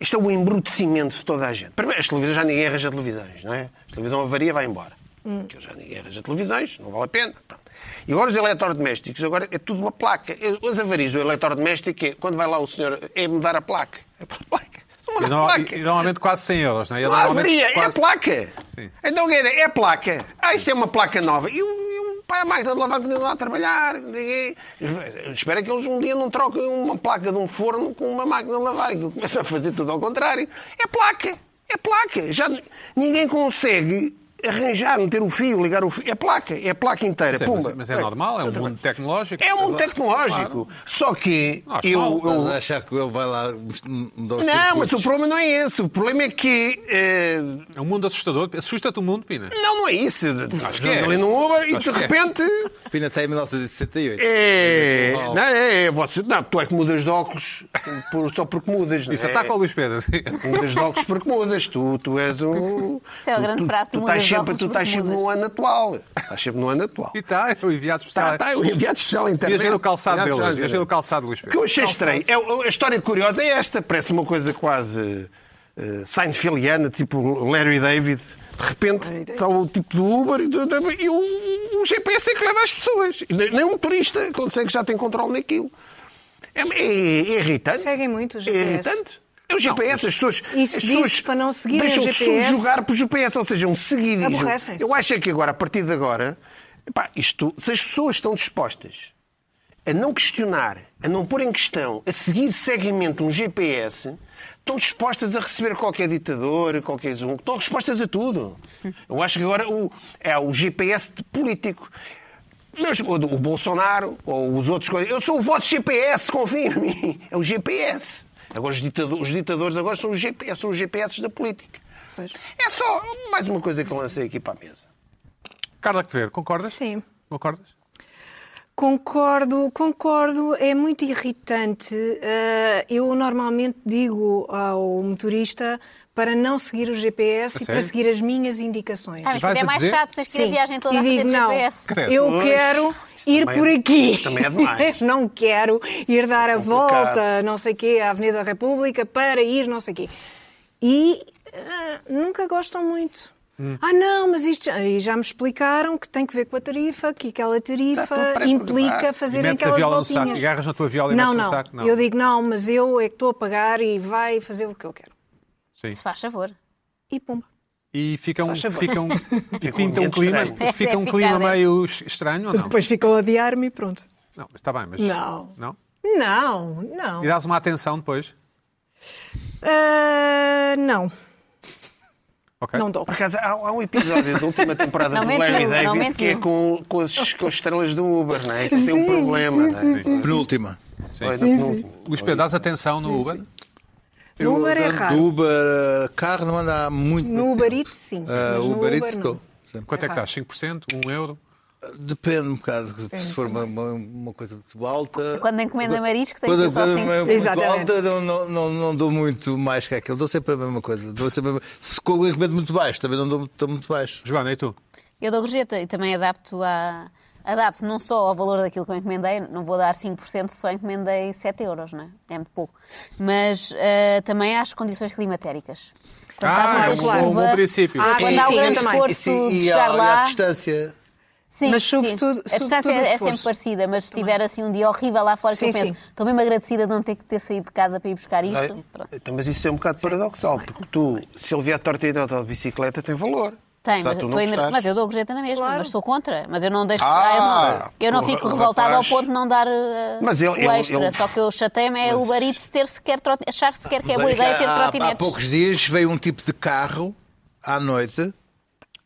Speaker 2: Isto é o embrutecimento de toda a gente. Primeiro, as televisões já ninguém arranja televisões, não é? A televisão avaria vai embora. Porque já ninguém arranja televisões, não vale a pena. Pronto. E agora os eletrodomésticos, agora é tudo uma placa. As avarias do eletrodoméstico é quando vai lá o senhor é mudar a placa. É para a placa. Só
Speaker 1: E,
Speaker 2: muda a
Speaker 1: no-
Speaker 2: placa.
Speaker 1: e normalmente quase 100 euros, não é? E
Speaker 2: Não há
Speaker 1: normalmente
Speaker 2: avaria, é a
Speaker 1: quase-
Speaker 2: placa.
Speaker 1: Sim.
Speaker 2: Então quer dizer, é a placa. Ah, isto é uma placa nova. E o, e o pai, a máquina de lavar continua a trabalhar. E- e- Espera que eles um dia não troquem uma placa de um forno com uma máquina de lavar. Aquilo começa a fazer tudo ao contrário. É placa. É placa. Já n- ninguém consegue arranjar, meter o fio, ligar o fio. É placa. É placa inteira.
Speaker 1: Sim,
Speaker 2: Pumba. Então,
Speaker 1: mas, mas é normal, é um mundo tecnológico.
Speaker 2: É um mundo tecnológico. Só que
Speaker 1: Não, acho
Speaker 2: eu,
Speaker 1: mal.
Speaker 2: eu-
Speaker 5: Estás a achar que ele vai lá mudar
Speaker 2: Não,
Speaker 5: os
Speaker 2: mas o
Speaker 5: circuitos?
Speaker 2: problema não é esse. O problema é que... eh,
Speaker 1: É um mundo assustador. Assusta-te o mundo, Pina.
Speaker 2: Não, não é isso.
Speaker 1: Acho que
Speaker 2: Estamos
Speaker 1: é.
Speaker 2: ali num Uber e de
Speaker 1: Acho que é.
Speaker 2: repente.
Speaker 5: Pina está em 1968.
Speaker 2: É. Não, é, é você. Não, tu é que mudas de óculos por- só porque mudas. não
Speaker 1: Isso
Speaker 2: é?
Speaker 1: ataca o Luís Pedro. [LAUGHS]
Speaker 2: Mudas de óculos porque mudas. Tu, tu és o.
Speaker 3: Isso é o grande
Speaker 2: tu,
Speaker 3: frase,
Speaker 2: tu,
Speaker 3: tu
Speaker 2: estás
Speaker 3: mudas de
Speaker 2: sempre,
Speaker 3: óculos
Speaker 2: tu
Speaker 3: porque
Speaker 2: estás sempre
Speaker 3: mudas.
Speaker 2: no ano atual. Estás sempre no ano atual.
Speaker 1: E está, é o enviado especial.
Speaker 2: Está, está, o enviado especial à internet.
Speaker 1: Devias ver o calçado
Speaker 2: Enviado
Speaker 1: dele.
Speaker 2: especial à
Speaker 1: Devias ver o
Speaker 2: internet.
Speaker 1: calçado do Luís
Speaker 2: O é que eu
Speaker 1: Pedro.
Speaker 2: achei estranho, é, o- a história curiosa é esta, parece uma coisa quase eh, Seinfeldiana, tipo Larry David. De repente
Speaker 4: Larry David.
Speaker 2: está o tipo do Uber e, do- do- e o, o GPS é que leva as pessoas. E Nem nem um motorista consegue, já tem controle naquilo. É, é- é irritante.
Speaker 4: Seguem muito o
Speaker 2: É
Speaker 4: GPS.
Speaker 2: irritante. É o GPS, as pessoas,
Speaker 4: Isso
Speaker 2: as pessoas
Speaker 4: diz para não seguirem o
Speaker 2: deixam-se
Speaker 4: GPS.
Speaker 2: subjugar por GPS, ou seja, um seguidismo.
Speaker 4: Aborrecem-se.
Speaker 2: Eu acho é que agora, a partir de agora, pá, isto, se as pessoas estão dispostas a não questionar, a não pôr em questão, a seguir cegamente um GPS, estão dispostas a receber qualquer ditador, qualquer um, estão dispostas a tudo. Eu acho que agora o, é o GPS de político. Mas o, o Bolsonaro ou os outros coisas. Eu sou o vosso GPS, confiem em mim. É o GPS. Agora os, ditado- os ditadores agora são os, GPS, são os GPS da política.
Speaker 4: Pois.
Speaker 2: É só mais uma coisa que eu lancei aqui para a mesa.
Speaker 1: Carla Quevedo, concordas?
Speaker 4: Sim.
Speaker 1: Concordas?
Speaker 4: Concordo, concordo, é muito irritante. Eh, eu normalmente digo ao motorista para não seguir o GPS
Speaker 1: A
Speaker 4: e
Speaker 1: sério?
Speaker 4: para seguir as minhas indicações.
Speaker 3: Ah, mas
Speaker 1: vais
Speaker 3: isto é
Speaker 1: a
Speaker 3: mais
Speaker 1: dizer?
Speaker 3: chato, tens que ir a viagem toda
Speaker 4: e
Speaker 3: a fazer
Speaker 4: digo, não,
Speaker 3: GPS.
Speaker 1: Credo.
Speaker 4: eu
Speaker 2: Pois,
Speaker 4: quero
Speaker 2: isso
Speaker 4: ir
Speaker 2: também-
Speaker 4: por aqui.
Speaker 2: isso também é demais.
Speaker 4: Eu [LAUGHS] não quero ir dar a
Speaker 2: complicado.
Speaker 4: volta, não sei quê, à Avenida da República para ir não sei quê. E ah, nunca gostam muito.
Speaker 1: Hum.
Speaker 4: Ah, não, mas isto. já- E já me explicaram que tem que ver com a tarifa, que aquela
Speaker 1: Tá,
Speaker 2: Está
Speaker 4: tarifa
Speaker 1: então
Speaker 2: tudo pré-programado.
Speaker 4: implica
Speaker 1: E
Speaker 4: fazer
Speaker 1: metes a
Speaker 4: aquelas
Speaker 1: viola no
Speaker 4: voltinhas.
Speaker 1: saco. E agarras na tua viola e
Speaker 4: não,
Speaker 1: metes
Speaker 4: não.
Speaker 1: no saco. Não,
Speaker 4: Eu digo, não, mas eu é que estou a pagar e vai fazer o que eu quero.
Speaker 3: Se faz favor.
Speaker 4: e pumba.
Speaker 1: E um, ficam,
Speaker 4: Se faz favor. [LAUGHS]
Speaker 1: ficam, e pintam um
Speaker 2: ambiente
Speaker 1: clima,
Speaker 2: estranho.
Speaker 1: fica um
Speaker 3: Fica
Speaker 1: clima
Speaker 3: bem.
Speaker 1: meio es- estranho ou não?
Speaker 4: É Depois ficou a odiar-me e pronto.
Speaker 1: Não, está bem, mas.
Speaker 4: Não.
Speaker 1: Não?
Speaker 4: Não,
Speaker 1: E
Speaker 4: não.
Speaker 1: dás uma atenção depois?
Speaker 4: Ah, não,
Speaker 1: Ok.
Speaker 4: não dou.
Speaker 2: Por acaso, há, há um episódio da última temporada
Speaker 3: Não
Speaker 2: do
Speaker 3: mentiu,
Speaker 2: Larry
Speaker 3: não
Speaker 2: David
Speaker 3: mentiu.
Speaker 2: que é com, com, as, com as estrelas do Uber, não é? Que tem um
Speaker 4: Sim,
Speaker 2: problema,
Speaker 4: sim,
Speaker 2: não é?
Speaker 4: sim, sim,
Speaker 5: Penúltima.
Speaker 2: Olha,
Speaker 1: Sim.
Speaker 2: no penúltimo.
Speaker 1: Luís Pedro, dás atenção no Uber?
Speaker 4: No Uber é
Speaker 5: ando de
Speaker 4: raro.
Speaker 5: Uber, eh, carro não anda há muito
Speaker 4: No
Speaker 5: muito
Speaker 4: Uber
Speaker 5: tempo.
Speaker 4: Eats, sim.
Speaker 5: Ah,
Speaker 4: mas no
Speaker 5: Uber Eats
Speaker 4: não.
Speaker 5: estou. sempre.
Speaker 1: Quanto é que dás? 5%? 1 euro?
Speaker 5: Depende um bocado. se for uma, uma- uma coisa muito alta.
Speaker 3: Quando encomenda marisco, tem que ser
Speaker 5: Quando-
Speaker 3: só assim?
Speaker 5: quando
Speaker 3: 5%.
Speaker 5: uma- muito
Speaker 4: Exatamente.
Speaker 5: alta, não, não, não, não dou muito mais que aquilo. Dou sempre a mesma coisa. Dou sempre a mesma- Se com o encomendo muito baixo, também não dou muito, muito baixo.
Speaker 1: Joana, e tu?
Speaker 3: Eu dou gorjeta e também adapto a. Adapto não só ao valor daquilo que eu encomendei, não vou dar 5% se só encomendei 7 euros, não é? É muito pouco. Mas ah, também às condições climatéricas. Quando
Speaker 1: Ah,
Speaker 3: há
Speaker 4: é um
Speaker 3: muita
Speaker 4: bom-
Speaker 3: chuva,
Speaker 4: um
Speaker 1: bom princípio.
Speaker 4: Ah,
Speaker 3: quando
Speaker 4: sim,
Speaker 3: há um
Speaker 4: sim,
Speaker 3: grande
Speaker 4: eu também.
Speaker 5: E
Speaker 3: esforço
Speaker 5: se-
Speaker 3: de
Speaker 5: e
Speaker 3: chegar
Speaker 5: a- e a
Speaker 3: lá.
Speaker 5: distância.
Speaker 3: Sim,
Speaker 4: Mas
Speaker 3: sim.
Speaker 4: sobretudo-
Speaker 3: a distância
Speaker 4: sobretudo
Speaker 3: é, é
Speaker 4: esforço.
Speaker 3: sempre parecida, mas se tiver assim um dia horrível lá fora, que
Speaker 4: Sim,
Speaker 3: eu penso,
Speaker 4: sim.
Speaker 3: estou mesmo agradecida de não ter que ter saído de casa para ir buscar isto. Pronto.
Speaker 2: Então, mas isso é um bocado paradoxal, porque tu, se ele vier torta e de bicicleta, tem valor.
Speaker 3: Tem,
Speaker 2: Apesar
Speaker 3: mas,
Speaker 2: de tu
Speaker 3: eu
Speaker 2: não
Speaker 3: tô ainda-
Speaker 2: gostares.
Speaker 3: mas eu dou gorjeta na mesma,
Speaker 4: Claro.
Speaker 3: mas sou contra. Mas eu não deixo.
Speaker 2: Ah,
Speaker 3: eu não, eu não
Speaker 2: o
Speaker 3: fico
Speaker 2: ra- o
Speaker 3: revoltada
Speaker 2: rapaz-
Speaker 3: ao ponto de não dar eh,
Speaker 2: Mas ele-
Speaker 3: o
Speaker 2: ele-
Speaker 3: extra.
Speaker 2: ele-
Speaker 3: Só que eu chateio-me é o Uber Eats ter sequer trot... achar sequer que é boa
Speaker 5: Bem,
Speaker 3: ideia ter
Speaker 2: ah,
Speaker 5: há- Há,
Speaker 3: trotinetes.
Speaker 5: poucos dias veio um tipo de carro à noite.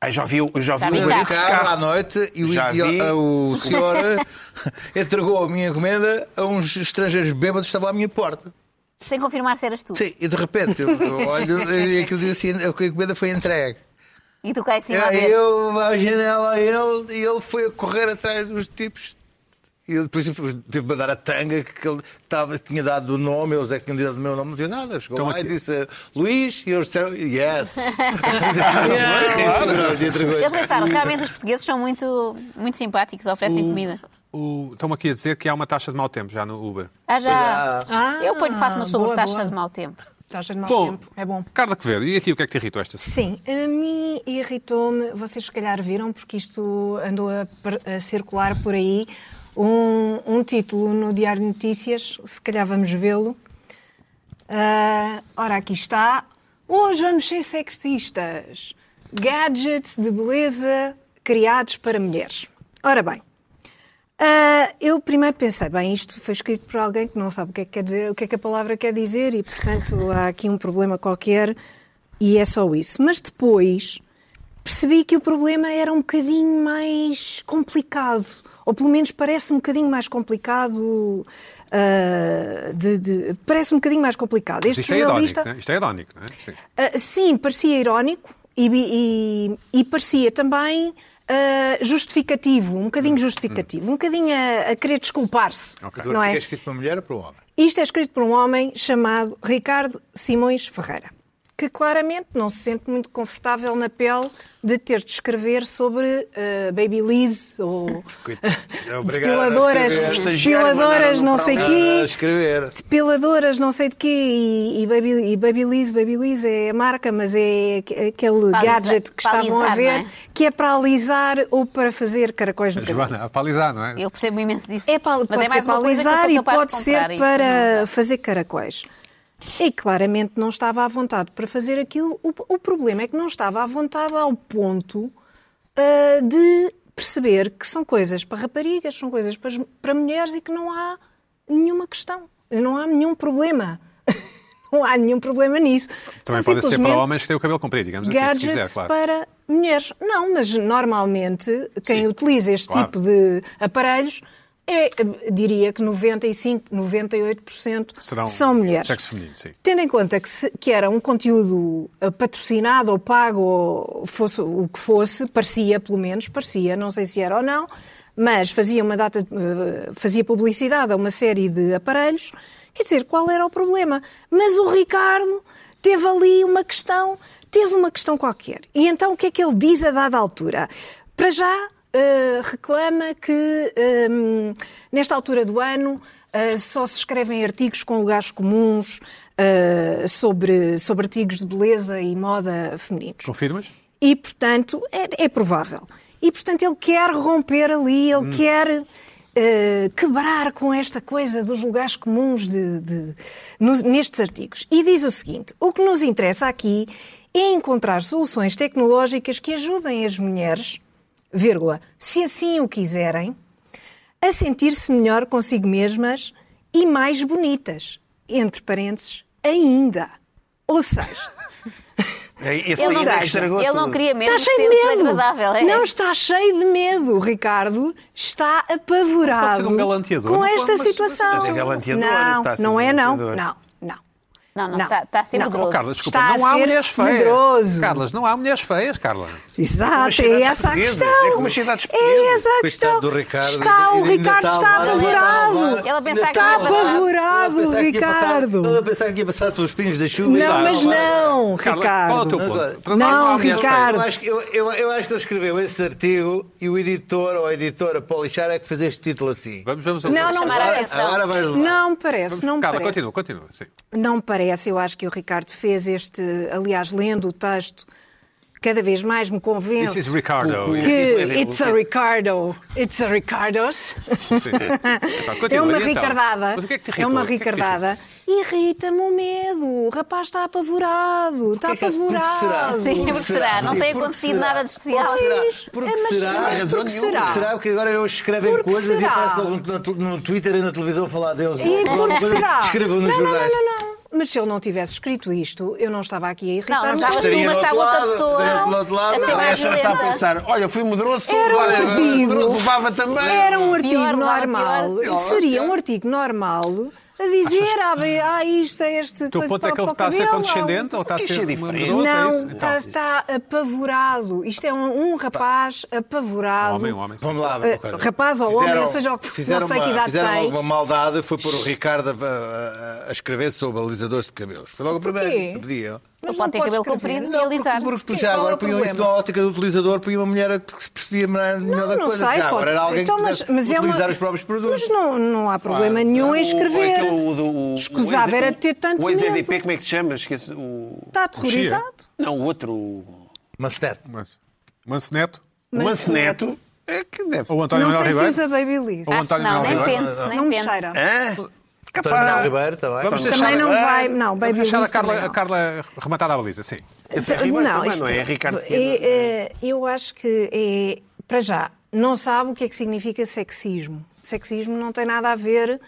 Speaker 2: Ah, já vi, eu já vi
Speaker 3: Já
Speaker 2: o
Speaker 3: vi
Speaker 5: veio
Speaker 2: Uber
Speaker 5: de
Speaker 2: Eats de
Speaker 5: carro, à
Speaker 2: carro.
Speaker 5: noite e o,
Speaker 2: Já
Speaker 5: idio-
Speaker 2: vi.
Speaker 5: o senhor [LAUGHS] entregou a minha encomenda a uns estrangeiros bêbados que estavam à minha porta.
Speaker 3: Sem confirmar se eras tu.
Speaker 5: Sim, e de repente eu eu olho e aquilo diz assim: a encomenda foi entregue.
Speaker 3: E tu cá em cima a
Speaker 2: É,
Speaker 5: Eu,
Speaker 3: ver.
Speaker 5: eu à janela a ele e ele foi a correr atrás dos tipos. E eu depois tive de mandar a tanga que ele estava, tinha dado o nome, eles é que tinham dado o meu nome, não tinha nada. Chegou
Speaker 1: Então
Speaker 5: lá
Speaker 1: aqui-
Speaker 5: e disse Luís, e eles disseram yes. Tá E entregou.
Speaker 3: Eles pensaram, realmente os portugueses são muito, muito simpáticos,
Speaker 4: É
Speaker 2: Uh,
Speaker 3: oferecem comida.
Speaker 1: O- Estão-me aqui a dizer que há uma taxa de mau tempo já no Uber.
Speaker 3: Ah, já.
Speaker 4: Ah,
Speaker 3: eu ponho, faço uma
Speaker 4: boa,
Speaker 3: sobretaxa
Speaker 4: boa.
Speaker 3: de mau tempo.
Speaker 4: Taxa de mau tempo. É bom.
Speaker 1: Carla Quevedo, e a ti o que é que te irritou esta semana?
Speaker 4: Sim, a mim irritou-me, vocês se calhar viram, porque isto andou a, per- a circular por aí, um, um título no Diário de Notícias, se calhar vamos vê-lo. Ah, ora, aqui está. Hoje vamos ser sexistas. Gadgets de beleza criados para mulheres. Ora bem, ah, eu primeiro pensei, bem, isto foi escrito por alguém que não sabe o que é que quer dizer, o que é que a palavra quer dizer e, portanto, há aqui um problema qualquer e é só isso. Mas depois percebi que o problema era um bocadinho mais complicado, ou pelo menos parece um bocadinho mais complicado. ah, de- de- parece um bocadinho mais complicado.
Speaker 1: Mas
Speaker 4: Este
Speaker 1: isto é
Speaker 4: jornalista.
Speaker 1: irónico, não é? Isto é irónico, não é? Sim.
Speaker 4: Ah, sim, parecia irónico e, e- e parecia também ah, justificativo, um bocadinho justificativo, um bocadinho a, a querer desculpar-se,
Speaker 1: Ok.
Speaker 4: não é?
Speaker 5: escrito para mulher ou para o homem?
Speaker 4: Isto é escrito por um homem chamado Ricardo Simões Ferreira, que claramente não se sente muito confortável na pele de ter de escrever sobre ah, Baby Liz ou [LAUGHS]
Speaker 5: Obrigado a
Speaker 4: depiladoras,
Speaker 5: escrever.
Speaker 2: Estagiário
Speaker 4: depiladoras
Speaker 2: mandaram-no
Speaker 4: não
Speaker 2: para um
Speaker 4: sei
Speaker 2: lá.
Speaker 4: quê
Speaker 5: Ah, A escrever.
Speaker 4: depiladoras, não sei de quê, e, e, baby, e Babyliss, Babyliss é a marca, mas é aque- aquele
Speaker 3: Para alisar-
Speaker 4: gadget que
Speaker 3: para
Speaker 4: estavam a
Speaker 3: alisar,
Speaker 4: ver,
Speaker 3: não é?
Speaker 4: que é para alisar ou para fazer caracóis no cabelo.
Speaker 1: Joana, a palisar, não é?
Speaker 3: Eu percebo imenso disso.
Speaker 4: É para,
Speaker 3: mas
Speaker 4: pode
Speaker 3: é mais
Speaker 4: ser para
Speaker 3: uma coisa que eu
Speaker 4: alisar
Speaker 3: sou
Speaker 4: e
Speaker 3: capaz de
Speaker 4: pode ser
Speaker 3: comprar e-
Speaker 4: para fazer caracóis. E claramente não estava à vontade para fazer aquilo. O, o problema é que não estava à vontade ao ponto ah, de perceber que são coisas para raparigas, são coisas para, as- para mulheres e que não há nenhuma questão, não há nenhum problema. [LAUGHS] não há nenhum problema nisso.
Speaker 1: Também
Speaker 4: são
Speaker 1: pode ser para
Speaker 4: simplesmente
Speaker 1: homens que têm o cabelo comprido, digamos assim, se
Speaker 4: gadgets
Speaker 1: quiser, claro.
Speaker 4: para mulheres. Não, mas normalmente quem
Speaker 1: Sim,
Speaker 4: utiliza este
Speaker 1: claro.
Speaker 4: tipo de aparelhos é, eh, diria que 95, 98%
Speaker 1: Serão
Speaker 4: são mulheres.
Speaker 1: sexo feminino, sim.
Speaker 4: Tendo em conta que, se- que era um conteúdo eh, patrocinado ou pago, ou fosse o que fosse, parecia, pelo menos, parecia, não sei se era ou não, mas fazia uma data, eh, fazia publicidade a uma série de aparelhos. Quer dizer, qual era o problema? Mas o Ricardo teve ali uma questão, teve uma questão qualquer. E então o que é que ele diz a dada altura? Para já, eh, reclama que ehm, nesta altura do ano eh, só se escrevem artigos com lugares comuns eh, sobre, sobre artigos de beleza e moda femininos.
Speaker 1: Confirmas?
Speaker 4: E, portanto, é, é provável. E, portanto, ele quer romper ali, ele quer eh, quebrar com esta coisa dos lugares comuns de- de- nos- nestes artigos. E diz o seguinte: o que nos interessa aqui é encontrar soluções tecnológicas que ajudem as mulheres, vírgula, se assim o quiserem, a sentir-se melhor consigo mesmas e mais bonitas, entre parênteses, ainda. Ou seja,
Speaker 2: É, Esse
Speaker 3: Ele
Speaker 2: ainda
Speaker 3: não,
Speaker 2: que estragou
Speaker 3: ele não
Speaker 2: tudo.
Speaker 3: queria mesmo
Speaker 4: está cheio
Speaker 3: ser
Speaker 4: de Tá medo.
Speaker 3: desagradável. é?
Speaker 4: Não está cheio de medo, Ricardo. Está
Speaker 1: Pode
Speaker 4: apavorado
Speaker 1: ser um galanteador,
Speaker 4: com
Speaker 1: não pode,
Speaker 4: esta
Speaker 1: mas-
Speaker 4: situação.
Speaker 2: mas é galanteador,
Speaker 4: não,
Speaker 2: está a ser
Speaker 4: não é não.
Speaker 2: galanteador.
Speaker 4: Não, não.
Speaker 3: não, não, tá,
Speaker 4: Não.
Speaker 3: está, está a ser
Speaker 4: Não.
Speaker 1: Oh,
Speaker 3: medroso.
Speaker 1: Carla, desculpa,
Speaker 4: Está a
Speaker 1: não há
Speaker 4: ser
Speaker 1: mulheres feias.
Speaker 4: medroso.
Speaker 1: Carlas, não há mulheres feias, Carla.
Speaker 2: Mas
Speaker 4: Exato, é
Speaker 2: cidades
Speaker 4: essa a
Speaker 2: portuguesas,
Speaker 4: questão.
Speaker 2: é como as cidades
Speaker 4: É
Speaker 2: portuguesas.
Speaker 4: essa a questão.
Speaker 5: Coitado do Ricardo.
Speaker 4: Está, o
Speaker 5: ainda tá
Speaker 4: Ricardo está
Speaker 5: a levar, ainda
Speaker 4: apavorado.
Speaker 5: levar.
Speaker 3: Ele tá a pensar
Speaker 5: Ainda
Speaker 3: que ia
Speaker 5: levar.
Speaker 3: passar.
Speaker 4: Apavorado,
Speaker 5: Ele a pensar que ia passar-
Speaker 4: Ricardo.
Speaker 5: Ele a pensar que ia passar pelos pingos da chuva.
Speaker 4: Não,
Speaker 3: tá
Speaker 4: mas não,
Speaker 1: Carla, qual é o teu
Speaker 4: Ricardo.
Speaker 1: ponto?
Speaker 5: Não,
Speaker 1: Para nós há mulheres
Speaker 4: Ricardo.
Speaker 5: Eu acho, que- eu, eu- eu acho que ele escreveu esse artigo e o editor ou a editora Paulo Lixar é que fez este título assim.
Speaker 1: Vamos, vamos a
Speaker 4: Não, não
Speaker 3: Chamar a
Speaker 5: Agora,
Speaker 3: atenção.
Speaker 5: agora vais levar.
Speaker 4: Não me parece, não me
Speaker 1: Carla,
Speaker 4: parece.
Speaker 1: continua, continua. Sim.
Speaker 4: Não me parece, eu acho que o Ricardo fez este, aliás, lendo o texto, cada vez mais me convence.
Speaker 1: This is Ricardo.
Speaker 4: Que
Speaker 1: é
Speaker 4: it's a Ricardo, it's a Ricardo's.
Speaker 1: Sim.
Speaker 4: [LAUGHS]
Speaker 1: Então, continua,
Speaker 4: é uma
Speaker 1: e então?
Speaker 4: ricardada.
Speaker 1: Mas o que é que te
Speaker 4: é
Speaker 1: irritou?
Speaker 4: uma
Speaker 1: O que é que te
Speaker 4: ricardada. Irrita-me o medo. O rapaz está
Speaker 3: [LAUGHS]
Speaker 4: apavorado. Está
Speaker 5: Porque- porque
Speaker 4: apavorado.
Speaker 5: será?
Speaker 3: Sim, porque Tá será? Não
Speaker 5: Sim,
Speaker 3: tem
Speaker 5: porque
Speaker 3: acontecido
Speaker 5: será?
Speaker 3: nada de especial.
Speaker 5: Porque será?
Speaker 4: Pois,
Speaker 5: Porque
Speaker 4: é, mas-
Speaker 5: será?
Speaker 4: mas
Speaker 5: Razão
Speaker 4: porque
Speaker 5: nenhuma.
Speaker 4: será?
Speaker 5: Porque agora eles escrevem
Speaker 4: Porque
Speaker 5: coisas
Speaker 4: será?
Speaker 5: e aparece logo no, no Twitter e na televisão a falar deles.
Speaker 3: É
Speaker 4: E
Speaker 5: Logo
Speaker 4: porque
Speaker 5: coisa que
Speaker 4: será?
Speaker 5: Escrevam nos
Speaker 4: não, não,
Speaker 5: jornais.
Speaker 4: não, não, não. Mas se eu não tivesse escrito isto, eu não estava aqui a
Speaker 3: Não, não
Speaker 4: irritar-me.
Speaker 3: estavas tu,
Speaker 5: Estaria
Speaker 3: mas
Speaker 5: do
Speaker 3: estava
Speaker 5: outro
Speaker 3: outra
Speaker 5: lado,
Speaker 3: pessoa
Speaker 5: estaria do outro lado.
Speaker 3: a ser
Speaker 5: Não,
Speaker 3: mais
Speaker 2: é? Esta está a
Speaker 3: violenta.
Speaker 2: pensar, olha, fui medroso,
Speaker 4: Era um
Speaker 2: olha,
Speaker 4: artigo.
Speaker 2: medroso levava também.
Speaker 4: Era um artigo
Speaker 3: Pior, não era
Speaker 4: normal.
Speaker 3: pior.
Speaker 4: Ele seria um artigo normal a dizer, ah, bem, ah isto é este.
Speaker 1: O teu ponto é que ele está a ser condescendente ou está a
Speaker 2: Isto é
Speaker 1: ser
Speaker 2: diferente.
Speaker 1: medroso? é isso?
Speaker 4: Não,
Speaker 1: Então,
Speaker 4: está, está apavorado. Isto é um, um rapaz apavorado.
Speaker 1: Um homem, um homem. sim.
Speaker 5: Vamos lá.
Speaker 4: Eh,
Speaker 5: uma coisa.
Speaker 4: rapaz ou homem, ou seja, o que- não sei que idade
Speaker 5: fizeram
Speaker 4: tem.
Speaker 5: alguma maldade, foi pôr o Ricardo a, a- a escrever sobre alisadores de cabelos. Foi logo o
Speaker 4: Porquê?
Speaker 5: primeiro que pediam.
Speaker 4: Mas
Speaker 3: Ele
Speaker 4: não
Speaker 3: pode ter cabelo
Speaker 4: escrever.
Speaker 3: comprido e
Speaker 5: Não,
Speaker 3: alisar.
Speaker 5: porque- Porque,
Speaker 4: Porquê?
Speaker 5: já
Speaker 4: Qual é
Speaker 5: agora
Speaker 4: o
Speaker 5: punham isso da
Speaker 4: problema?
Speaker 5: ótica do utilizador, punha uma mulher que se percebia melhor melhor da
Speaker 4: Não, não sei,
Speaker 5: coisa. já
Speaker 4: pode.
Speaker 5: agora era alguém
Speaker 4: Então,
Speaker 5: que
Speaker 4: mas-
Speaker 5: pudesse
Speaker 4: mas é uma-
Speaker 5: utilizar os próprios
Speaker 4: Mas
Speaker 5: produtos.
Speaker 4: não, não há problema
Speaker 2: Ah,
Speaker 3: um
Speaker 4: nenhum
Speaker 2: o-
Speaker 4: em
Speaker 2: ou
Speaker 4: escrever.
Speaker 2: aquele- o do- o-
Speaker 4: Escusava
Speaker 2: o ex-
Speaker 4: era ter tanto
Speaker 2: O ex-EDP,
Speaker 4: medo.
Speaker 2: como é que se chama? Esqueço. O...
Speaker 4: Está aterrorizado.
Speaker 2: Não, o outro. o-
Speaker 5: Mas Ted,
Speaker 1: Mas- Manso Neto?
Speaker 2: O Manso Neto. É que deve.
Speaker 1: Ou António
Speaker 4: Não
Speaker 1: Manuel
Speaker 4: sei se
Speaker 1: Ribeiro?
Speaker 4: usa Babyliss.
Speaker 1: Ou
Speaker 3: Acho que
Speaker 1: António
Speaker 3: não,
Speaker 1: Manuel
Speaker 3: nem
Speaker 1: Ribeiro?
Speaker 3: pence, nem
Speaker 4: Não é? me
Speaker 3: pence.
Speaker 4: cheira.
Speaker 2: Hã?
Speaker 5: António
Speaker 2: Capaz.
Speaker 5: Ribeiro também.
Speaker 1: Vamos deixar- Ah,
Speaker 4: Também não
Speaker 2: Ribeiro.
Speaker 4: vai. Não,
Speaker 1: Vamos
Speaker 4: Babyliss.
Speaker 1: deixar a
Speaker 4: também
Speaker 1: Carla, a
Speaker 4: não.
Speaker 1: Carla rematada à baliza, sim.
Speaker 2: Esse é Ribeiro também, não é? É Ricardo Pedro.
Speaker 4: é, é, eu acho que é, para já não sabe o que é que significa sexismo. Sexismo não tem nada a ver,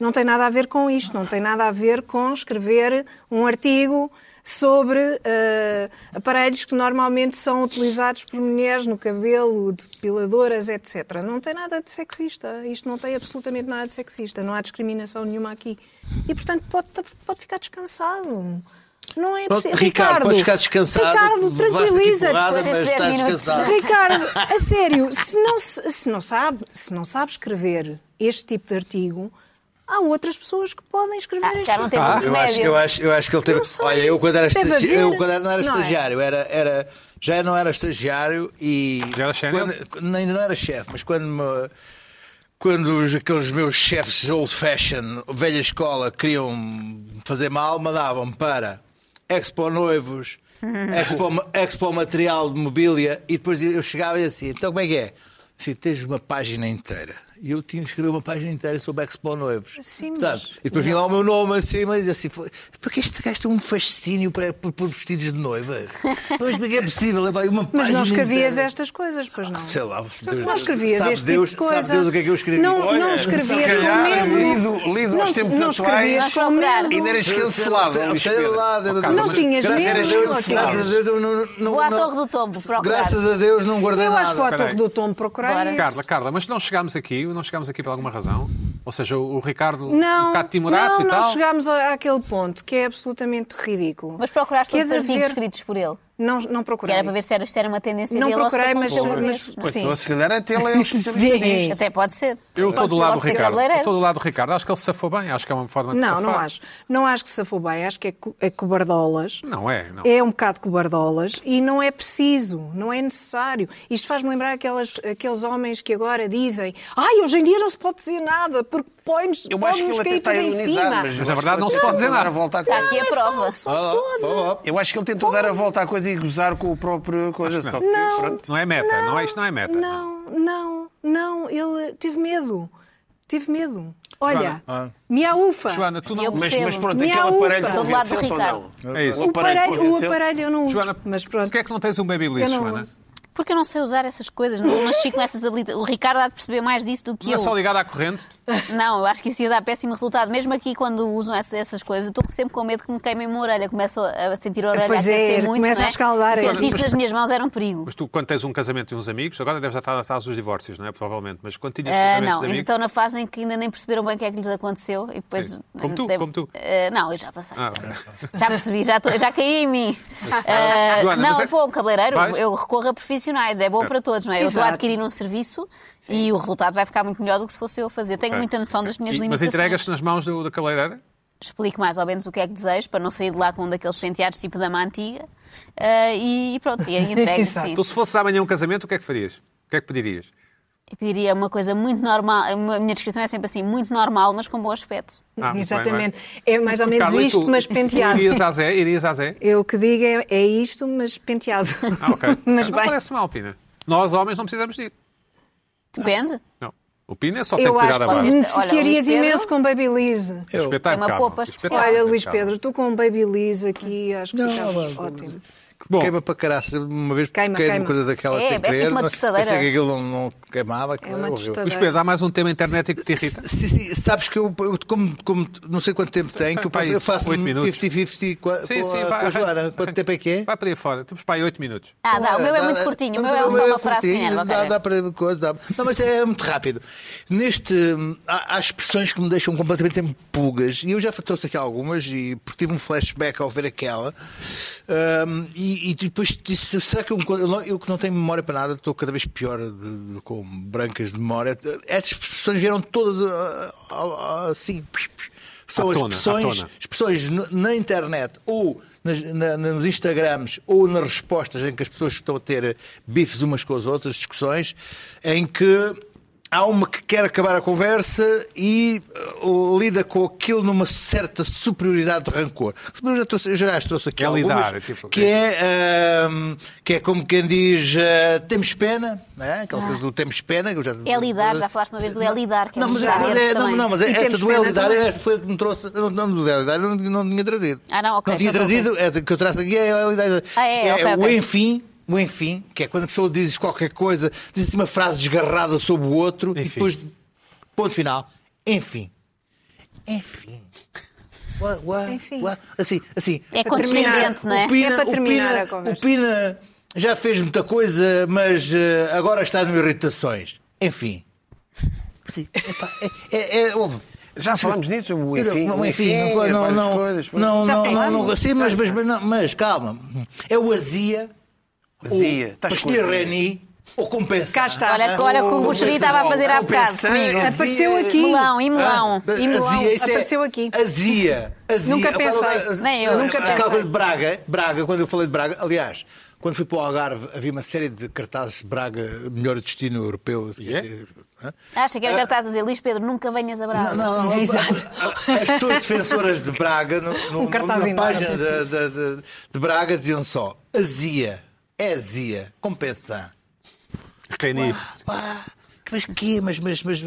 Speaker 4: não tem nada a ver com isto, não tem nada a ver com escrever um artigo sobre eh, aparelhos que normalmente são utilizados por mulheres no cabelo, depiladoras, etc. Não tem nada de sexista. Isto não tem absolutamente nada de sexista. Não há discriminação nenhuma aqui. E portanto pode, pode ficar descansado. Não é
Speaker 5: Pronto,
Speaker 4: preciso-
Speaker 5: Ricardo, podes ficar descansado.
Speaker 4: Ricardo,
Speaker 5: levaste aqui porrada,
Speaker 4: tranquiliza-te.
Speaker 3: depois
Speaker 5: mas
Speaker 3: de 10
Speaker 5: estás
Speaker 3: minutos.
Speaker 5: descansado.
Speaker 4: Ricardo, a sério, se não, se, se não sabe, se não sabe escrever este tipo de artigo, há outras pessoas que podem escrever
Speaker 3: Ah,
Speaker 4: este
Speaker 3: já não
Speaker 4: tipo
Speaker 3: tem muito
Speaker 5: Eu acho, eu,
Speaker 3: remédio.
Speaker 5: acho, eu acho que ele teve.
Speaker 4: Não sei.
Speaker 5: Olha, eu quando era,
Speaker 4: Teve a
Speaker 5: estagi...
Speaker 4: ver.
Speaker 5: eu, quando era, não era
Speaker 4: Não é?
Speaker 5: estagiário, era, era, já não era estagiário e.
Speaker 1: Já era sénior?
Speaker 5: quando- quando- Ainda não era chefe, mas quando me- Quando os- aqueles meus chefes old fashion, velha escola, queriam me fazer mal, mandavam-me para Expo Noivos,
Speaker 4: Hum.
Speaker 5: Expo, ma- Expo Material de Mobília e depois eu chegava e assim: então como é que é? Se tens uma página inteira. E eu tinha que escrever uma página inteira sobre Expo Noivos.
Speaker 4: Sim, mas-
Speaker 5: Portanto, e depois vinha lá o meu nome acima e dizia assim: "Foi- porque este gajo tem um fascínio para, por, por vestidos
Speaker 4: [LAUGHS]
Speaker 5: de noiva? Mas como é que é possível? Epá, uma
Speaker 4: Mas
Speaker 5: página
Speaker 4: não escrevias
Speaker 5: inteira."
Speaker 4: estas coisas, pois não.
Speaker 5: é. Ah, Sei lá, Deus-
Speaker 4: Não escrevias
Speaker 5: sabe
Speaker 4: este
Speaker 5: Deus,
Speaker 4: tipo de coisa.
Speaker 5: Sabe Deus o que é que eu escrevi?
Speaker 4: Não, não
Speaker 5: Olha,
Speaker 4: escrevias
Speaker 2: se
Speaker 4: com
Speaker 2: calhar,
Speaker 4: medo.
Speaker 2: lido- lido
Speaker 4: não,
Speaker 2: aos tempos
Speaker 4: não escrevias
Speaker 2: atuais,
Speaker 4: com medo.
Speaker 2: ainda eras cancelável. Luís
Speaker 5: Sei
Speaker 2: Pedro.
Speaker 5: lá,
Speaker 1: Carlos,
Speaker 4: Não tinhas
Speaker 5: graças
Speaker 4: medo,
Speaker 5: a Deus,
Speaker 4: não tinhas.
Speaker 5: graças a Deus, não, não, não,
Speaker 3: Vou à
Speaker 5: não-
Speaker 3: Torre do Tombo procurar.
Speaker 5: Graças a Deus não guardei
Speaker 4: Eu acho que vou à
Speaker 5: nada.
Speaker 4: Torre do Tom procurar.
Speaker 3: Bora.
Speaker 4: isto.
Speaker 1: Carla, Carla, mas não chegámos aqui, não chegámos aqui por alguma razão? Ou seja, o o Ricardo um
Speaker 4: Não,
Speaker 1: bocado timorato
Speaker 4: não,
Speaker 1: e
Speaker 4: não
Speaker 1: tal?
Speaker 4: chegámos a- àquele ponto que é absolutamente ridículo.
Speaker 3: Mas procuraste
Speaker 4: Que é
Speaker 3: outros
Speaker 4: de
Speaker 3: artigos
Speaker 4: haver-
Speaker 3: escritos por ele.
Speaker 4: Não, não
Speaker 3: Que
Speaker 4: procurei.
Speaker 3: era para ver se era, se era uma tendência
Speaker 4: Não
Speaker 3: dele ou se
Speaker 4: procurei, mas-
Speaker 3: aconteceu
Speaker 4: mas-
Speaker 3: mesmo.
Speaker 2: Pois,
Speaker 4: Sim.
Speaker 2: então, se calhar até ele é um especialista
Speaker 4: Sim.
Speaker 2: nisto.
Speaker 3: Até pode ser.
Speaker 1: Eu estou
Speaker 3: Pode
Speaker 1: do
Speaker 3: ser,
Speaker 1: lado do
Speaker 3: pode ser
Speaker 1: Ricardo. Eu
Speaker 3: cabeleireiro.
Speaker 1: estou do lado do Ricardo. Acho que ele se safou bem. Acho que é uma forma de
Speaker 4: Não,
Speaker 1: safar.
Speaker 4: não acho. Não acho que se safou bem. Acho que é, co- é cobardolas.
Speaker 1: Não é, não.
Speaker 4: É um bocado cobardolas e não é preciso, não é necessário. Isto faz-me lembrar aquelas, aqueles homens que agora dizem ai, hoje em dia não se pode dizer nada porque põe-nos
Speaker 2: Eu acho que
Speaker 4: põe-nos
Speaker 2: ele até
Speaker 4: cair
Speaker 2: está a
Speaker 4: tudo em
Speaker 2: ironizar,
Speaker 4: cima.
Speaker 2: mas. Oh,
Speaker 1: Mas, na verdade, não se pode dizer nada.
Speaker 2: Volta à
Speaker 3: Está
Speaker 2: coisa.
Speaker 3: aqui a prova.
Speaker 5: Ah, ah, ah.
Speaker 2: Eu acho que ele tentou dar a volta à coisa e gozar com o próprio coisa.
Speaker 1: Acho que
Speaker 2: Só que,
Speaker 1: não.
Speaker 2: pronto.
Speaker 1: Não é meta. Não, é, isto não é meta.
Speaker 4: Não, não, não. Ele teve medo. Tive medo. Olha,
Speaker 5: Ah.
Speaker 4: miaufa.
Speaker 1: Joana, tu não.
Speaker 3: Eu
Speaker 2: Mas,
Speaker 3: percebo.
Speaker 2: mas pronto,
Speaker 4: Minha
Speaker 2: aquele aparelho
Speaker 4: ufa.
Speaker 3: Estou do lado do
Speaker 2: convenceu-te ou
Speaker 3: Ricardo.
Speaker 2: não?
Speaker 1: É isso.
Speaker 4: o, aparelho, o
Speaker 2: convenceu-te?
Speaker 4: aparelho eu não uso,
Speaker 1: Joana,
Speaker 4: mas pronto.
Speaker 1: Porquê é que não tens um
Speaker 4: Eu
Speaker 1: Babyliss,
Speaker 4: não
Speaker 1: Joana?
Speaker 4: uso.
Speaker 3: Porque eu não sei usar essas coisas, não nasci com essas habilidades. O Ricardo há de perceber mais disso do que
Speaker 1: Não é
Speaker 3: eu.
Speaker 1: só ligado à corrente?
Speaker 3: Não, eu acho que isso ia dar péssimo resultado. Mesmo aqui, quando usam essa- essas coisas, eu estou sempre com medo que me queimem uma orelha. Começo a a sentir a orelha
Speaker 4: Pois
Speaker 3: a aquecer
Speaker 4: é,
Speaker 3: muito.
Speaker 4: começa
Speaker 3: não é?
Speaker 4: a escaldar, é.
Speaker 3: Portanto, isto nas minhas mãos era um perigo.
Speaker 1: Mas tu, quando tens um casamento e uns amigos, agora deves já estar atrás dos divórcios, não é? Provavelmente. Mas quando tinhas
Speaker 3: Ah,
Speaker 1: casamentos
Speaker 3: não,
Speaker 1: de amigos.
Speaker 3: então na fase em que ainda nem perceberam bem o que é que lhes aconteceu e depois.
Speaker 1: Sim. Como tu,
Speaker 3: Deve-
Speaker 1: como tu.
Speaker 3: Ah, não, eu já passei.
Speaker 1: Ah,
Speaker 3: Já percebi, já, tô- já caí em mim. Ah,
Speaker 1: Joana, mas
Speaker 3: não,
Speaker 1: é-
Speaker 3: eu vou a um cabeleireiro,
Speaker 1: Vais?
Speaker 3: eu recorro a profissionais, é bom para todos, não é? Eu estou a
Speaker 4: Exato.
Speaker 3: adquirir um serviço e o resultado vai ficar muito melhor do que se fosse eu a fazer. Tenho
Speaker 1: Ok.
Speaker 3: muita noção das minhas
Speaker 1: E- mas
Speaker 3: limitações.
Speaker 1: entregas-te nas mãos do, da cabeleireira?
Speaker 3: Explico mais ou menos o que é que desejo para não sair de lá com um daqueles penteados tipo da mãe antiga Ah, e pronto, e entrego
Speaker 4: Exato.
Speaker 3: sim.
Speaker 1: Tu, se fosses amanhã um casamento, o que é que farias? O que é que pedirias?
Speaker 3: Eu pediria uma coisa muito normal, a minha descrição é sempre assim, muito normal, mas com bom aspecto.
Speaker 1: Ah, muito bem,
Speaker 4: Exatamente.
Speaker 1: bem.
Speaker 4: É mais ou menos
Speaker 1: Carla, e tu? [LAUGHS]
Speaker 4: isto, mas penteado.
Speaker 1: Irias à Zé? Irias à Zé?
Speaker 4: Eu que digo é, é isto, mas penteado.
Speaker 1: Ah, ok.
Speaker 4: [LAUGHS] mas
Speaker 1: não
Speaker 4: bem,
Speaker 1: parece mal, Pina. Nós, homens, não precisamos de ir.
Speaker 3: Depende.
Speaker 1: Não. O Pina é só tem que
Speaker 4: eu
Speaker 1: cuidar
Speaker 4: acho
Speaker 1: da
Speaker 4: que
Speaker 3: barba.
Speaker 1: barba.
Speaker 4: beneficiarias
Speaker 3: Olha, Luís
Speaker 4: imenso com Babyliss.
Speaker 5: Eu-
Speaker 1: Espetáculo,
Speaker 3: Tem uma
Speaker 1: calma.
Speaker 3: popa especial.
Speaker 1: Espetáculo,
Speaker 4: Olha, Luís
Speaker 1: calma.
Speaker 4: Pedro, tu com Babyliss aqui, acho que
Speaker 5: Não,
Speaker 4: está
Speaker 5: mas-
Speaker 4: ótimo.
Speaker 1: Bom,
Speaker 5: Queima para caraças. Uma vez
Speaker 4: Queima,
Speaker 5: queima
Speaker 4: queima.
Speaker 5: uma coisa daquela
Speaker 3: É, é
Speaker 5: sem
Speaker 3: tipo
Speaker 5: querer.
Speaker 3: uma
Speaker 5: não-
Speaker 3: tostadeira.
Speaker 5: Pensei que aquilo não, não queimava. que
Speaker 4: É uma
Speaker 5: horrível.
Speaker 4: tostadeira.
Speaker 1: Luís Pedro, há mais um tema internet que te
Speaker 5: [LAUGHS]
Speaker 1: irrita.
Speaker 5: Sim, sim, sabes que eu, eu como, como não sei quanto tempo tem, que eu,
Speaker 1: Pá,
Speaker 5: faço- eu
Speaker 1: isso,
Speaker 5: faço
Speaker 1: oito minutos.
Speaker 5: 50-50 com, a-
Speaker 1: Sim,
Speaker 5: com,
Speaker 1: sim,
Speaker 5: a-
Speaker 1: vai.
Speaker 5: com a Joana.
Speaker 1: arranca.
Speaker 5: Quanto tempo é que é?
Speaker 1: Vai para aí fora. Temos para aí 8 minutos.
Speaker 3: Ah, dá, o meu é
Speaker 5: Dá-
Speaker 3: muito
Speaker 5: dá-
Speaker 3: curtinho, o
Speaker 5: dá-
Speaker 3: meu é
Speaker 5: dá-
Speaker 3: só
Speaker 5: é
Speaker 3: uma frase que
Speaker 5: curtinho,
Speaker 3: enerva.
Speaker 5: Dá,
Speaker 3: cara.
Speaker 5: dá para coisa, dá- Não, mas é muito rápido. Neste, hum, há, há expressões que me deixam completamente em pulgas, e eu já trouxe aqui algumas, e porque tive um flashback ao ver aquela, hum, e, e depois disse, será que eu, me con- eu, não- eu que não tenho memória para nada, estou cada vez pior de- de- com brancas de memória. Estas expressões vieram todas ah, ah, ah, assim. São
Speaker 1: À
Speaker 5: as
Speaker 1: tona, à
Speaker 5: expressões
Speaker 1: tona.
Speaker 5: expressões no- na internet ou nas- na- nos Instagrams ou nas respostas em que as pessoas estão a ter bifes umas com as outras, discussões, em que há uma que quer acabar a conversa e eh, lida com aquilo numa certa superioridade de rancor. Eu já, trouxe, eu já as trouxe aqui
Speaker 1: É
Speaker 5: algumas,
Speaker 1: lidar, é tipo-
Speaker 5: que, é, ahm, que é como quem diz eh, temos pena, não é? aquela coisa do temos pena. que eu já-
Speaker 3: Ah.
Speaker 5: eh,
Speaker 3: É lidar, já falaste uma vez do é lidar, que é
Speaker 5: Não, mas,
Speaker 3: lidar
Speaker 5: mas é,
Speaker 3: dentro
Speaker 5: não,
Speaker 3: também.
Speaker 5: não, mas é,
Speaker 4: E
Speaker 5: essa
Speaker 4: temos pena
Speaker 5: dualidade
Speaker 4: também.
Speaker 5: é, foi a que me trouxe. Não, não dualidade, eu não, não tinha trazido.
Speaker 3: Ah, não, ok,
Speaker 5: Não tinha
Speaker 3: então
Speaker 5: trazido, é de- que eu traço aqui é a dualidade.
Speaker 3: Ah, é, ok,
Speaker 5: o
Speaker 3: ok.
Speaker 5: enfim. O enfim, que é quando a pessoa diz qualquer coisa, diz assim uma frase desgarrada sobre o outro e
Speaker 1: Enfim.
Speaker 5: depois, ponto final, enfim. Enfim. What, what,
Speaker 4: Enfim.
Speaker 5: what? Assim, assim.
Speaker 3: É
Speaker 4: Para terminar,
Speaker 3: condescendente, não é?
Speaker 5: O Pina,
Speaker 4: É para
Speaker 5: o
Speaker 4: terminar
Speaker 5: Pina-
Speaker 4: a conversa.
Speaker 5: O Pina já fez muita coisa, mas eh, agora está no irritações. Enfim. Sim. Epá, é, é, é, ouve.
Speaker 2: Já falámos nisso, o
Speaker 5: Quer dizer,
Speaker 2: enfim,
Speaker 5: não,
Speaker 2: o
Speaker 5: enfim,
Speaker 2: enfim,
Speaker 5: não,
Speaker 2: é
Speaker 5: não,
Speaker 2: várias
Speaker 5: não,
Speaker 2: coisas, pois.
Speaker 5: não,
Speaker 4: Já
Speaker 5: não, não,
Speaker 4: falámos.
Speaker 5: não, sim, mas, mas, mas, não, mas calma, é o azia,
Speaker 2: Zia,
Speaker 5: o
Speaker 2: estás
Speaker 5: pastilha
Speaker 2: com-
Speaker 5: reni, ou compensa.
Speaker 4: Cá está.
Speaker 3: Olha, olha o que o Buxeri estava a fazer há bocado
Speaker 2: Pensei,
Speaker 3: comigo.
Speaker 2: é
Speaker 4: Apareceu aqui.
Speaker 3: Melão, e melão.
Speaker 4: E Milão,
Speaker 5: Azia, isso é-
Speaker 4: apareceu aqui.
Speaker 5: Azia, azia.
Speaker 4: Nunca
Speaker 5: Agora,
Speaker 4: pensei.
Speaker 5: agora,
Speaker 3: Nem eu.
Speaker 4: Nunca
Speaker 5: Aquela
Speaker 4: pensei.
Speaker 5: coisa de Braga, Braga, quando eu falei de Braga, aliás, quando fui para o Algarve, havia uma série de cartazes de Braga, melhor destino europeu. assim, eh,
Speaker 1: E é?
Speaker 5: Hã?
Speaker 3: Acha que era cartaz a dizer, Luís Pedro, nunca venhas a Braga.
Speaker 5: Não,
Speaker 4: [LAUGHS]
Speaker 5: não,
Speaker 4: Exato.
Speaker 5: As pessoas defensoras de Braga, no, no-
Speaker 4: Um cartaz
Speaker 5: na
Speaker 4: enorme.
Speaker 5: página de, de- de- de Braga, diziam só: azia, é azia, compensa. é
Speaker 1: Reni.
Speaker 5: Pá, mas quê? Mas, mas, mas...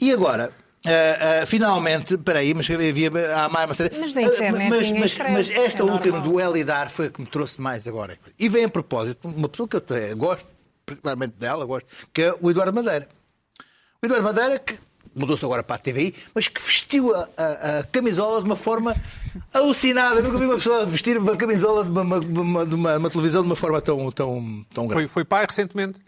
Speaker 5: E agora? Ah, ah, finalmente, peraí, mas havia há mais uma série. Ah,
Speaker 4: Mas na internet
Speaker 5: mas,
Speaker 4: ninguém
Speaker 5: mas-
Speaker 4: escreve,
Speaker 5: mas esta
Speaker 4: é
Speaker 5: última
Speaker 4: normal.
Speaker 5: do El e Dar foi a que me trouxe mais agora. E vem a propósito, uma pessoa que eu até gosto, particularmente dela, gosto, que é o Eduardo Madeira. O Eduardo Madeira, que mudou-se agora para a TVI, mas que vestiu a, a- a camisola de uma forma alucinada. Nunca vi uma pessoa vestir uma camisola de uma, uma- de uma- de uma- uma televisão de uma forma tão, tão, tão grande.
Speaker 1: Foi, foi pai recentemente.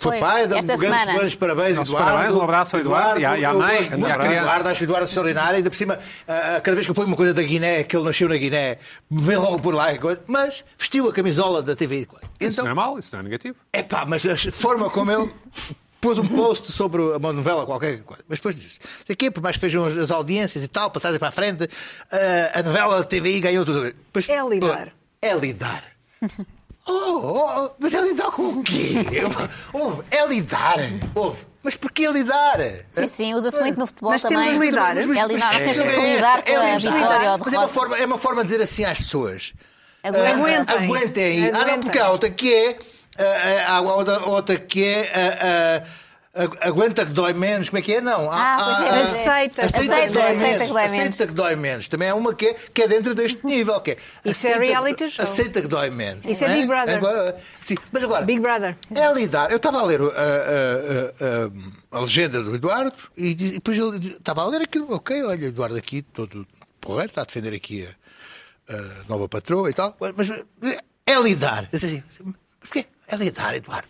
Speaker 5: Foi,
Speaker 3: Foi,
Speaker 5: pai, dá-me
Speaker 3: esta
Speaker 5: grandes
Speaker 3: semana.
Speaker 5: grandes parabéns,
Speaker 1: Nossos
Speaker 5: Eduardo.
Speaker 1: parabéns, um abraço ao Eduardo e à- e à
Speaker 5: eu
Speaker 1: mãe,
Speaker 5: gosto
Speaker 1: e à
Speaker 5: muito do
Speaker 1: criança.
Speaker 5: Eduardo, acho o Eduardo extraordinário, ainda por cima, ah, ah, cada vez que eu ponho uma coisa da Guiné, que ele nasceu na Guiné, vem logo por lá, e coisa, mas vestiu a camisola da TV. Então,
Speaker 4: Então-
Speaker 1: Isso não é mau, isso não é negativo.
Speaker 5: É pá, mas a forma como ele pôs um post sobre uma novela qualquer coisa. Mas depois disse: "Sei quê, por mais que vejam as- as audiências e tal, passagem para a frente, ah, a novela da TVI ganhou tudo. Depois,
Speaker 4: É lidar.
Speaker 5: É lidar. [LAUGHS] Oh, oh, oh, mas é lidar com o quê? [LAUGHS] Houve, é lidar. Houve. Mas porquê lidar?
Speaker 3: Sim, sim, usa-se muito no futebol
Speaker 4: Mas temos
Speaker 3: também.
Speaker 4: de lidar.
Speaker 3: É
Speaker 4: Mas- mas-
Speaker 3: lidar, nós
Speaker 5: É.
Speaker 3: temos que lidar com a
Speaker 5: É lidar.
Speaker 3: vitória ou
Speaker 5: Mas é uma,
Speaker 3: derrota.
Speaker 5: forma, é uma forma de dizer assim às pessoas.
Speaker 3: Aguentem.
Speaker 5: Ah, ah, aguentem. Ah, não,
Speaker 4: Aguentem.
Speaker 5: eh, porque há outra que é. ah, ah, Há outra, outra que é. ah, ah, Agu- Aguenta que dói menos, como é que é? Não. há-
Speaker 3: Ah, pois é, pois
Speaker 5: há-
Speaker 3: é.
Speaker 4: Aceita.
Speaker 3: Aceita, aceita que dói menos.
Speaker 5: Aceita que dói menos. Também é uma que é, que é dentro deste nível. Que é,
Speaker 4: Isso é
Speaker 5: aceita que-
Speaker 4: reality show.
Speaker 5: Aceita que dói menos.
Speaker 4: Isso é
Speaker 5: não
Speaker 4: Big Brother.
Speaker 5: Agora- sim, mas agora,
Speaker 4: Big Brother.
Speaker 5: é lidar. Eu estava a ler uh, uh, uh, um, a legenda do Eduardo e di- e depois ele di- estava a ler aquilo. Ok, olha, Eduardo aqui, todo porreiro, está a defender aqui a, a nova patroa e tal. Mas uh, é lidar. Eu disse assim, porquê? É lidar, Eduardo.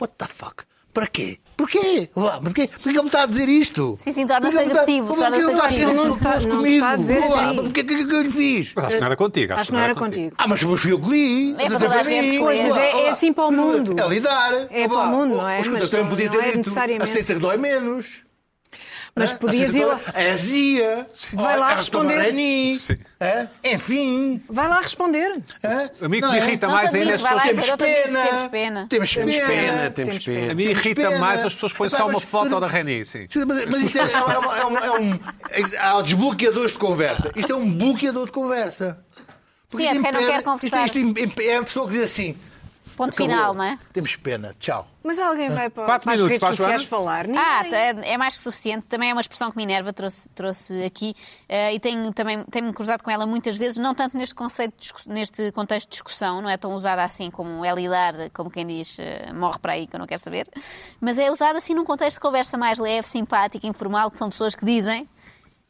Speaker 5: What the fuck? Para quê? Porquê? Vá, mas porquê? Porquê que ele me está a dizer isto?
Speaker 3: Sim, sim, torna-se
Speaker 5: Porquê que ele me está-
Speaker 3: agressivo,
Speaker 5: Porquê que ele
Speaker 3: torna-se
Speaker 5: está a ser
Speaker 3: agressivo.
Speaker 4: Não
Speaker 5: insultuoso
Speaker 4: está- não
Speaker 5: comigo?
Speaker 4: está a dizer
Speaker 5: Vá,
Speaker 4: aqui.
Speaker 5: mas porquê que que eu lhe fiz?
Speaker 1: Mas acho que não era contigo. Acho,
Speaker 4: Eh, Acho que não era contigo.
Speaker 5: Ah, mas eu fui eu que li.
Speaker 3: É para
Speaker 5: Não tem
Speaker 3: toda a
Speaker 5: mim.
Speaker 3: gente, pois,
Speaker 4: mas é- é assim para o mundo.
Speaker 5: É lidar.
Speaker 4: É
Speaker 5: Ó,
Speaker 4: para o mundo,
Speaker 5: ó,
Speaker 4: não é?
Speaker 5: ó, Escuta,
Speaker 4: Mas
Speaker 5: eu também podia
Speaker 4: não
Speaker 5: ter
Speaker 4: é
Speaker 5: dito,
Speaker 4: necessariamente.
Speaker 5: Aceita que dói menos.
Speaker 4: Mas
Speaker 5: Hã?
Speaker 4: podias
Speaker 1: assim,
Speaker 4: ir
Speaker 5: Aceita que
Speaker 4: lá.
Speaker 5: dói- É azia.
Speaker 4: Vai lá
Speaker 5: É arrastão
Speaker 4: responder.
Speaker 5: da Reni.
Speaker 1: Sim.
Speaker 5: Hã? É? Enfim.
Speaker 4: Vai lá responder.
Speaker 5: hã?
Speaker 1: A mim que
Speaker 5: Não
Speaker 1: me
Speaker 5: é?
Speaker 1: irrita
Speaker 3: Não
Speaker 1: mais
Speaker 3: sabia
Speaker 1: ainda
Speaker 3: que
Speaker 1: as
Speaker 3: vai lá
Speaker 1: pessoas.
Speaker 3: e Eu
Speaker 5: Temos
Speaker 3: também-
Speaker 5: pena.
Speaker 3: temos pena.
Speaker 5: Temos pena.
Speaker 2: Temos pena,
Speaker 4: temos
Speaker 2: temos
Speaker 4: pena.
Speaker 2: pena.
Speaker 1: A mim irrita
Speaker 5: pena.
Speaker 1: mais as pessoas põem
Speaker 5: Epá,
Speaker 1: só uma
Speaker 5: mas-
Speaker 1: foto da Reni, sim.
Speaker 5: Mas, mas isto é, é, uma- é uma- é um. é- Há desbloqueadores de conversa. Isto é um bloqueador de conversa.
Speaker 3: Sim, é de
Speaker 5: isto
Speaker 3: quem não
Speaker 5: impede-
Speaker 3: quer conversar.
Speaker 5: Isto, isto imp- é a pessoa que diz assim.
Speaker 3: Ponto
Speaker 5: acabou.
Speaker 3: final, não é?
Speaker 5: Temos pena. Tchau.
Speaker 4: Mas alguém vai para,
Speaker 1: Quatro
Speaker 4: para as
Speaker 1: minutos
Speaker 4: redes
Speaker 1: para a
Speaker 4: sociais
Speaker 1: Joana?
Speaker 4: falar.
Speaker 5: Hum.
Speaker 4: Ninguém.
Speaker 3: Ah, tá, é- é mais que suficiente. Também é uma expressão que Minerva trouxe, trouxe aqui eh, e tenho também tenho-me cruzado com ela muitas vezes, não tanto neste conceito, de discu- neste contexto de discussão, não é tão usada assim como é lidar, como quem diz eh, morre para aí que eu não quero saber, mas é usada assim num contexto de conversa mais leve, simpática, informal, que são pessoas que dizem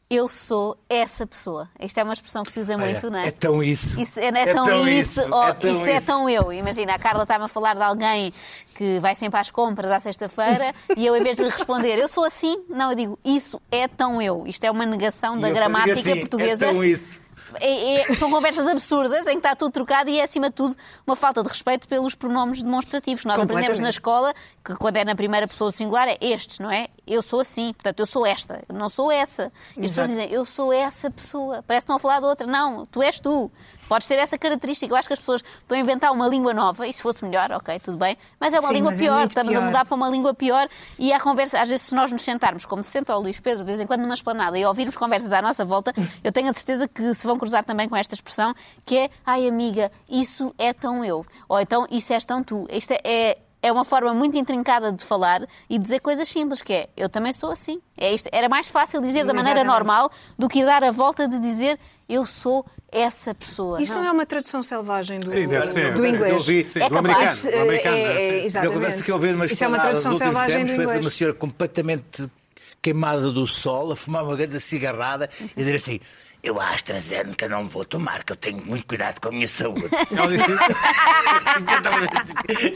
Speaker 3: eu sou essa pessoa. Esta é uma expressão que se usa muito,
Speaker 5: Olha,
Speaker 3: não é?
Speaker 5: é tão isso.
Speaker 3: Isso é, não é
Speaker 5: É
Speaker 3: tão,
Speaker 5: tão
Speaker 3: isso,
Speaker 5: isso,
Speaker 3: ó,
Speaker 5: é tão
Speaker 3: isso é
Speaker 5: isso.
Speaker 3: tão eu. Imagina, a Carla está-me a falar de alguém que vai sempre às compras à
Speaker 5: [LAUGHS]
Speaker 3: sexta-feira e eu, em vez de lhe responder eu sou assim, não, eu digo isso é tão eu. Isto é uma negação da
Speaker 5: E eu
Speaker 3: gramática
Speaker 5: digo assim,
Speaker 3: portuguesa.
Speaker 5: É
Speaker 4: "Então
Speaker 5: tão isso.
Speaker 3: É- é- são conversas absurdas em que está tudo trocado e é, acima de tudo, uma falta de respeito pelos pronomes demonstrativos. Nós aprendemos
Speaker 4: Completamente.
Speaker 3: na escola que, quando é na primeira pessoa do singular, é estes, não é? Eu sou assim, portanto, eu sou esta, eu não sou essa. E as pessoas dizem, eu sou essa pessoa. Parece que estão a falar de outra. Não, tu és tu. Podes ter essa característica. Eu acho que as pessoas estão a inventar uma língua nova e se fosse melhor, ok, tudo bem. Mas é uma
Speaker 4: Sim,
Speaker 3: língua
Speaker 4: mas é
Speaker 3: pior.
Speaker 4: muito
Speaker 3: Estamos a
Speaker 4: pior.
Speaker 3: mudar para uma língua pior e a conversa, às vezes, se nós nos sentarmos, como se senta o Luís Pedro, de vez em quando numa esplanada e ouvirmos conversas à nossa volta, eu tenho a certeza que se vão cruzar também com esta expressão, que é ai amiga, isso é tão eu, ou então isso és tão tu. Isto é- é, é uma forma muito intrincada de falar e dizer coisas simples, que é eu também sou assim. É isto. Era mais fácil dizer da maneira
Speaker 4: Exatamente.
Speaker 3: normal do que ir dar a volta de dizer eu sou essa pessoa.
Speaker 4: Isto não é uma tradução selvagem do,
Speaker 1: Sim, deve ser.
Speaker 4: do
Speaker 5: Eu
Speaker 4: inglês.
Speaker 5: ouvi,
Speaker 1: Sim,
Speaker 3: É
Speaker 1: do
Speaker 3: capaz.
Speaker 1: americano.
Speaker 4: Isso,
Speaker 1: do um americano,
Speaker 4: é-
Speaker 1: não
Speaker 4: é-
Speaker 1: Sim.
Speaker 4: exatamente.
Speaker 5: Eu converso que eu vi numa
Speaker 4: Isso é uma
Speaker 5: esplanada
Speaker 4: tradução
Speaker 5: dos últimos
Speaker 4: selvagem
Speaker 5: tempos,
Speaker 4: do
Speaker 5: foi
Speaker 4: inglês.
Speaker 5: Uma senhora completamente queimada do sol, a fumar uma grande cigarrada e dizer assim. Eu a AstraZeneca não vou tomar, que eu tenho muito cuidado com a minha saúde.
Speaker 1: Ela disse
Speaker 4: [LAUGHS]
Speaker 1: isso.
Speaker 5: [LAUGHS]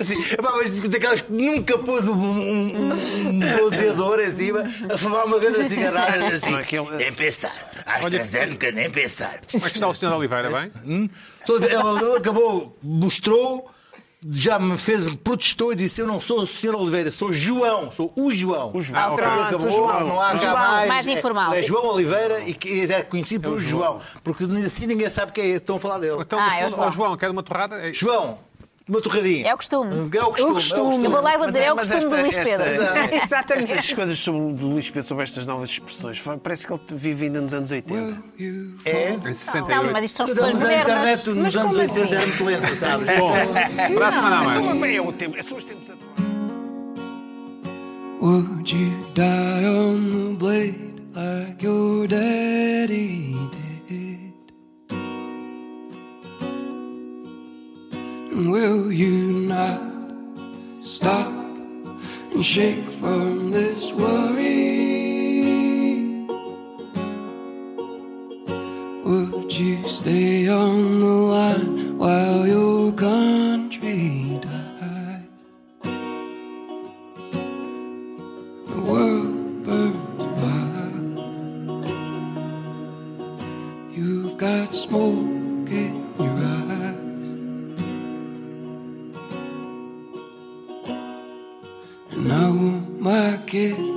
Speaker 5: assim, epá, mas daquelas que nunca pôs um, um, um bronzeador em cima, a fumar uma grande cigarrada e dizer assim,
Speaker 2: Aquele-
Speaker 5: nem pensar, AstraZeneca nem pensar.
Speaker 1: Como é que está o senhor Oliveira, bem?
Speaker 5: Todo- Ela ela acabou, mostrou, já me fez, protestou e disse: Eu não sou o Sr. Oliveira, sou João, sou o João. O João,
Speaker 1: Ah, ok.
Speaker 4: Pronto, João.
Speaker 5: não há
Speaker 3: João,
Speaker 5: cá mais.
Speaker 3: mais
Speaker 5: É-
Speaker 3: informal.
Speaker 5: É, João Oliveira e que é conhecido pelo João. porque assim ninguém sabe quem é, estão a falar dele.
Speaker 1: Então,
Speaker 3: Ah,
Speaker 1: mas,
Speaker 3: é o
Speaker 1: ó,
Speaker 3: João.
Speaker 1: João, quer uma torrada? É-
Speaker 5: João, uma torradinha.
Speaker 3: É o costume.
Speaker 5: É o costume. é o
Speaker 4: um
Speaker 5: costume.
Speaker 3: Eu vou lá e vou
Speaker 2: Mas
Speaker 3: dizer, é o
Speaker 2: mas
Speaker 3: costume do Luís
Speaker 2: esta-
Speaker 3: Pedro.
Speaker 2: esta-
Speaker 4: [LAUGHS]
Speaker 3: [LAUGHS]
Speaker 4: Exatamente.
Speaker 2: Estas coisas sobre o Luís Pedro, sobre estas novas expressões, fa- parece que ele vive ainda nos anos 80.
Speaker 5: É.
Speaker 1: Em 68.
Speaker 3: Não, mas isto são
Speaker 5: Estamos
Speaker 3: pessoas
Speaker 5: na
Speaker 3: modernas.
Speaker 5: internet nos
Speaker 4: Mas
Speaker 5: anos
Speaker 4: como
Speaker 5: 80
Speaker 4: assim?
Speaker 5: é muito lento, sabes?
Speaker 3: é
Speaker 1: Bom, para a semana a mais.
Speaker 2: Então, é o tempo, é só os tempos atuais.
Speaker 6: Would you die on the blade like your daddy did? And will you not stop and shake from this worry? Would you stay on the line while your country dies? The world burns bright. You've got smoke in your eyes, and I want my kids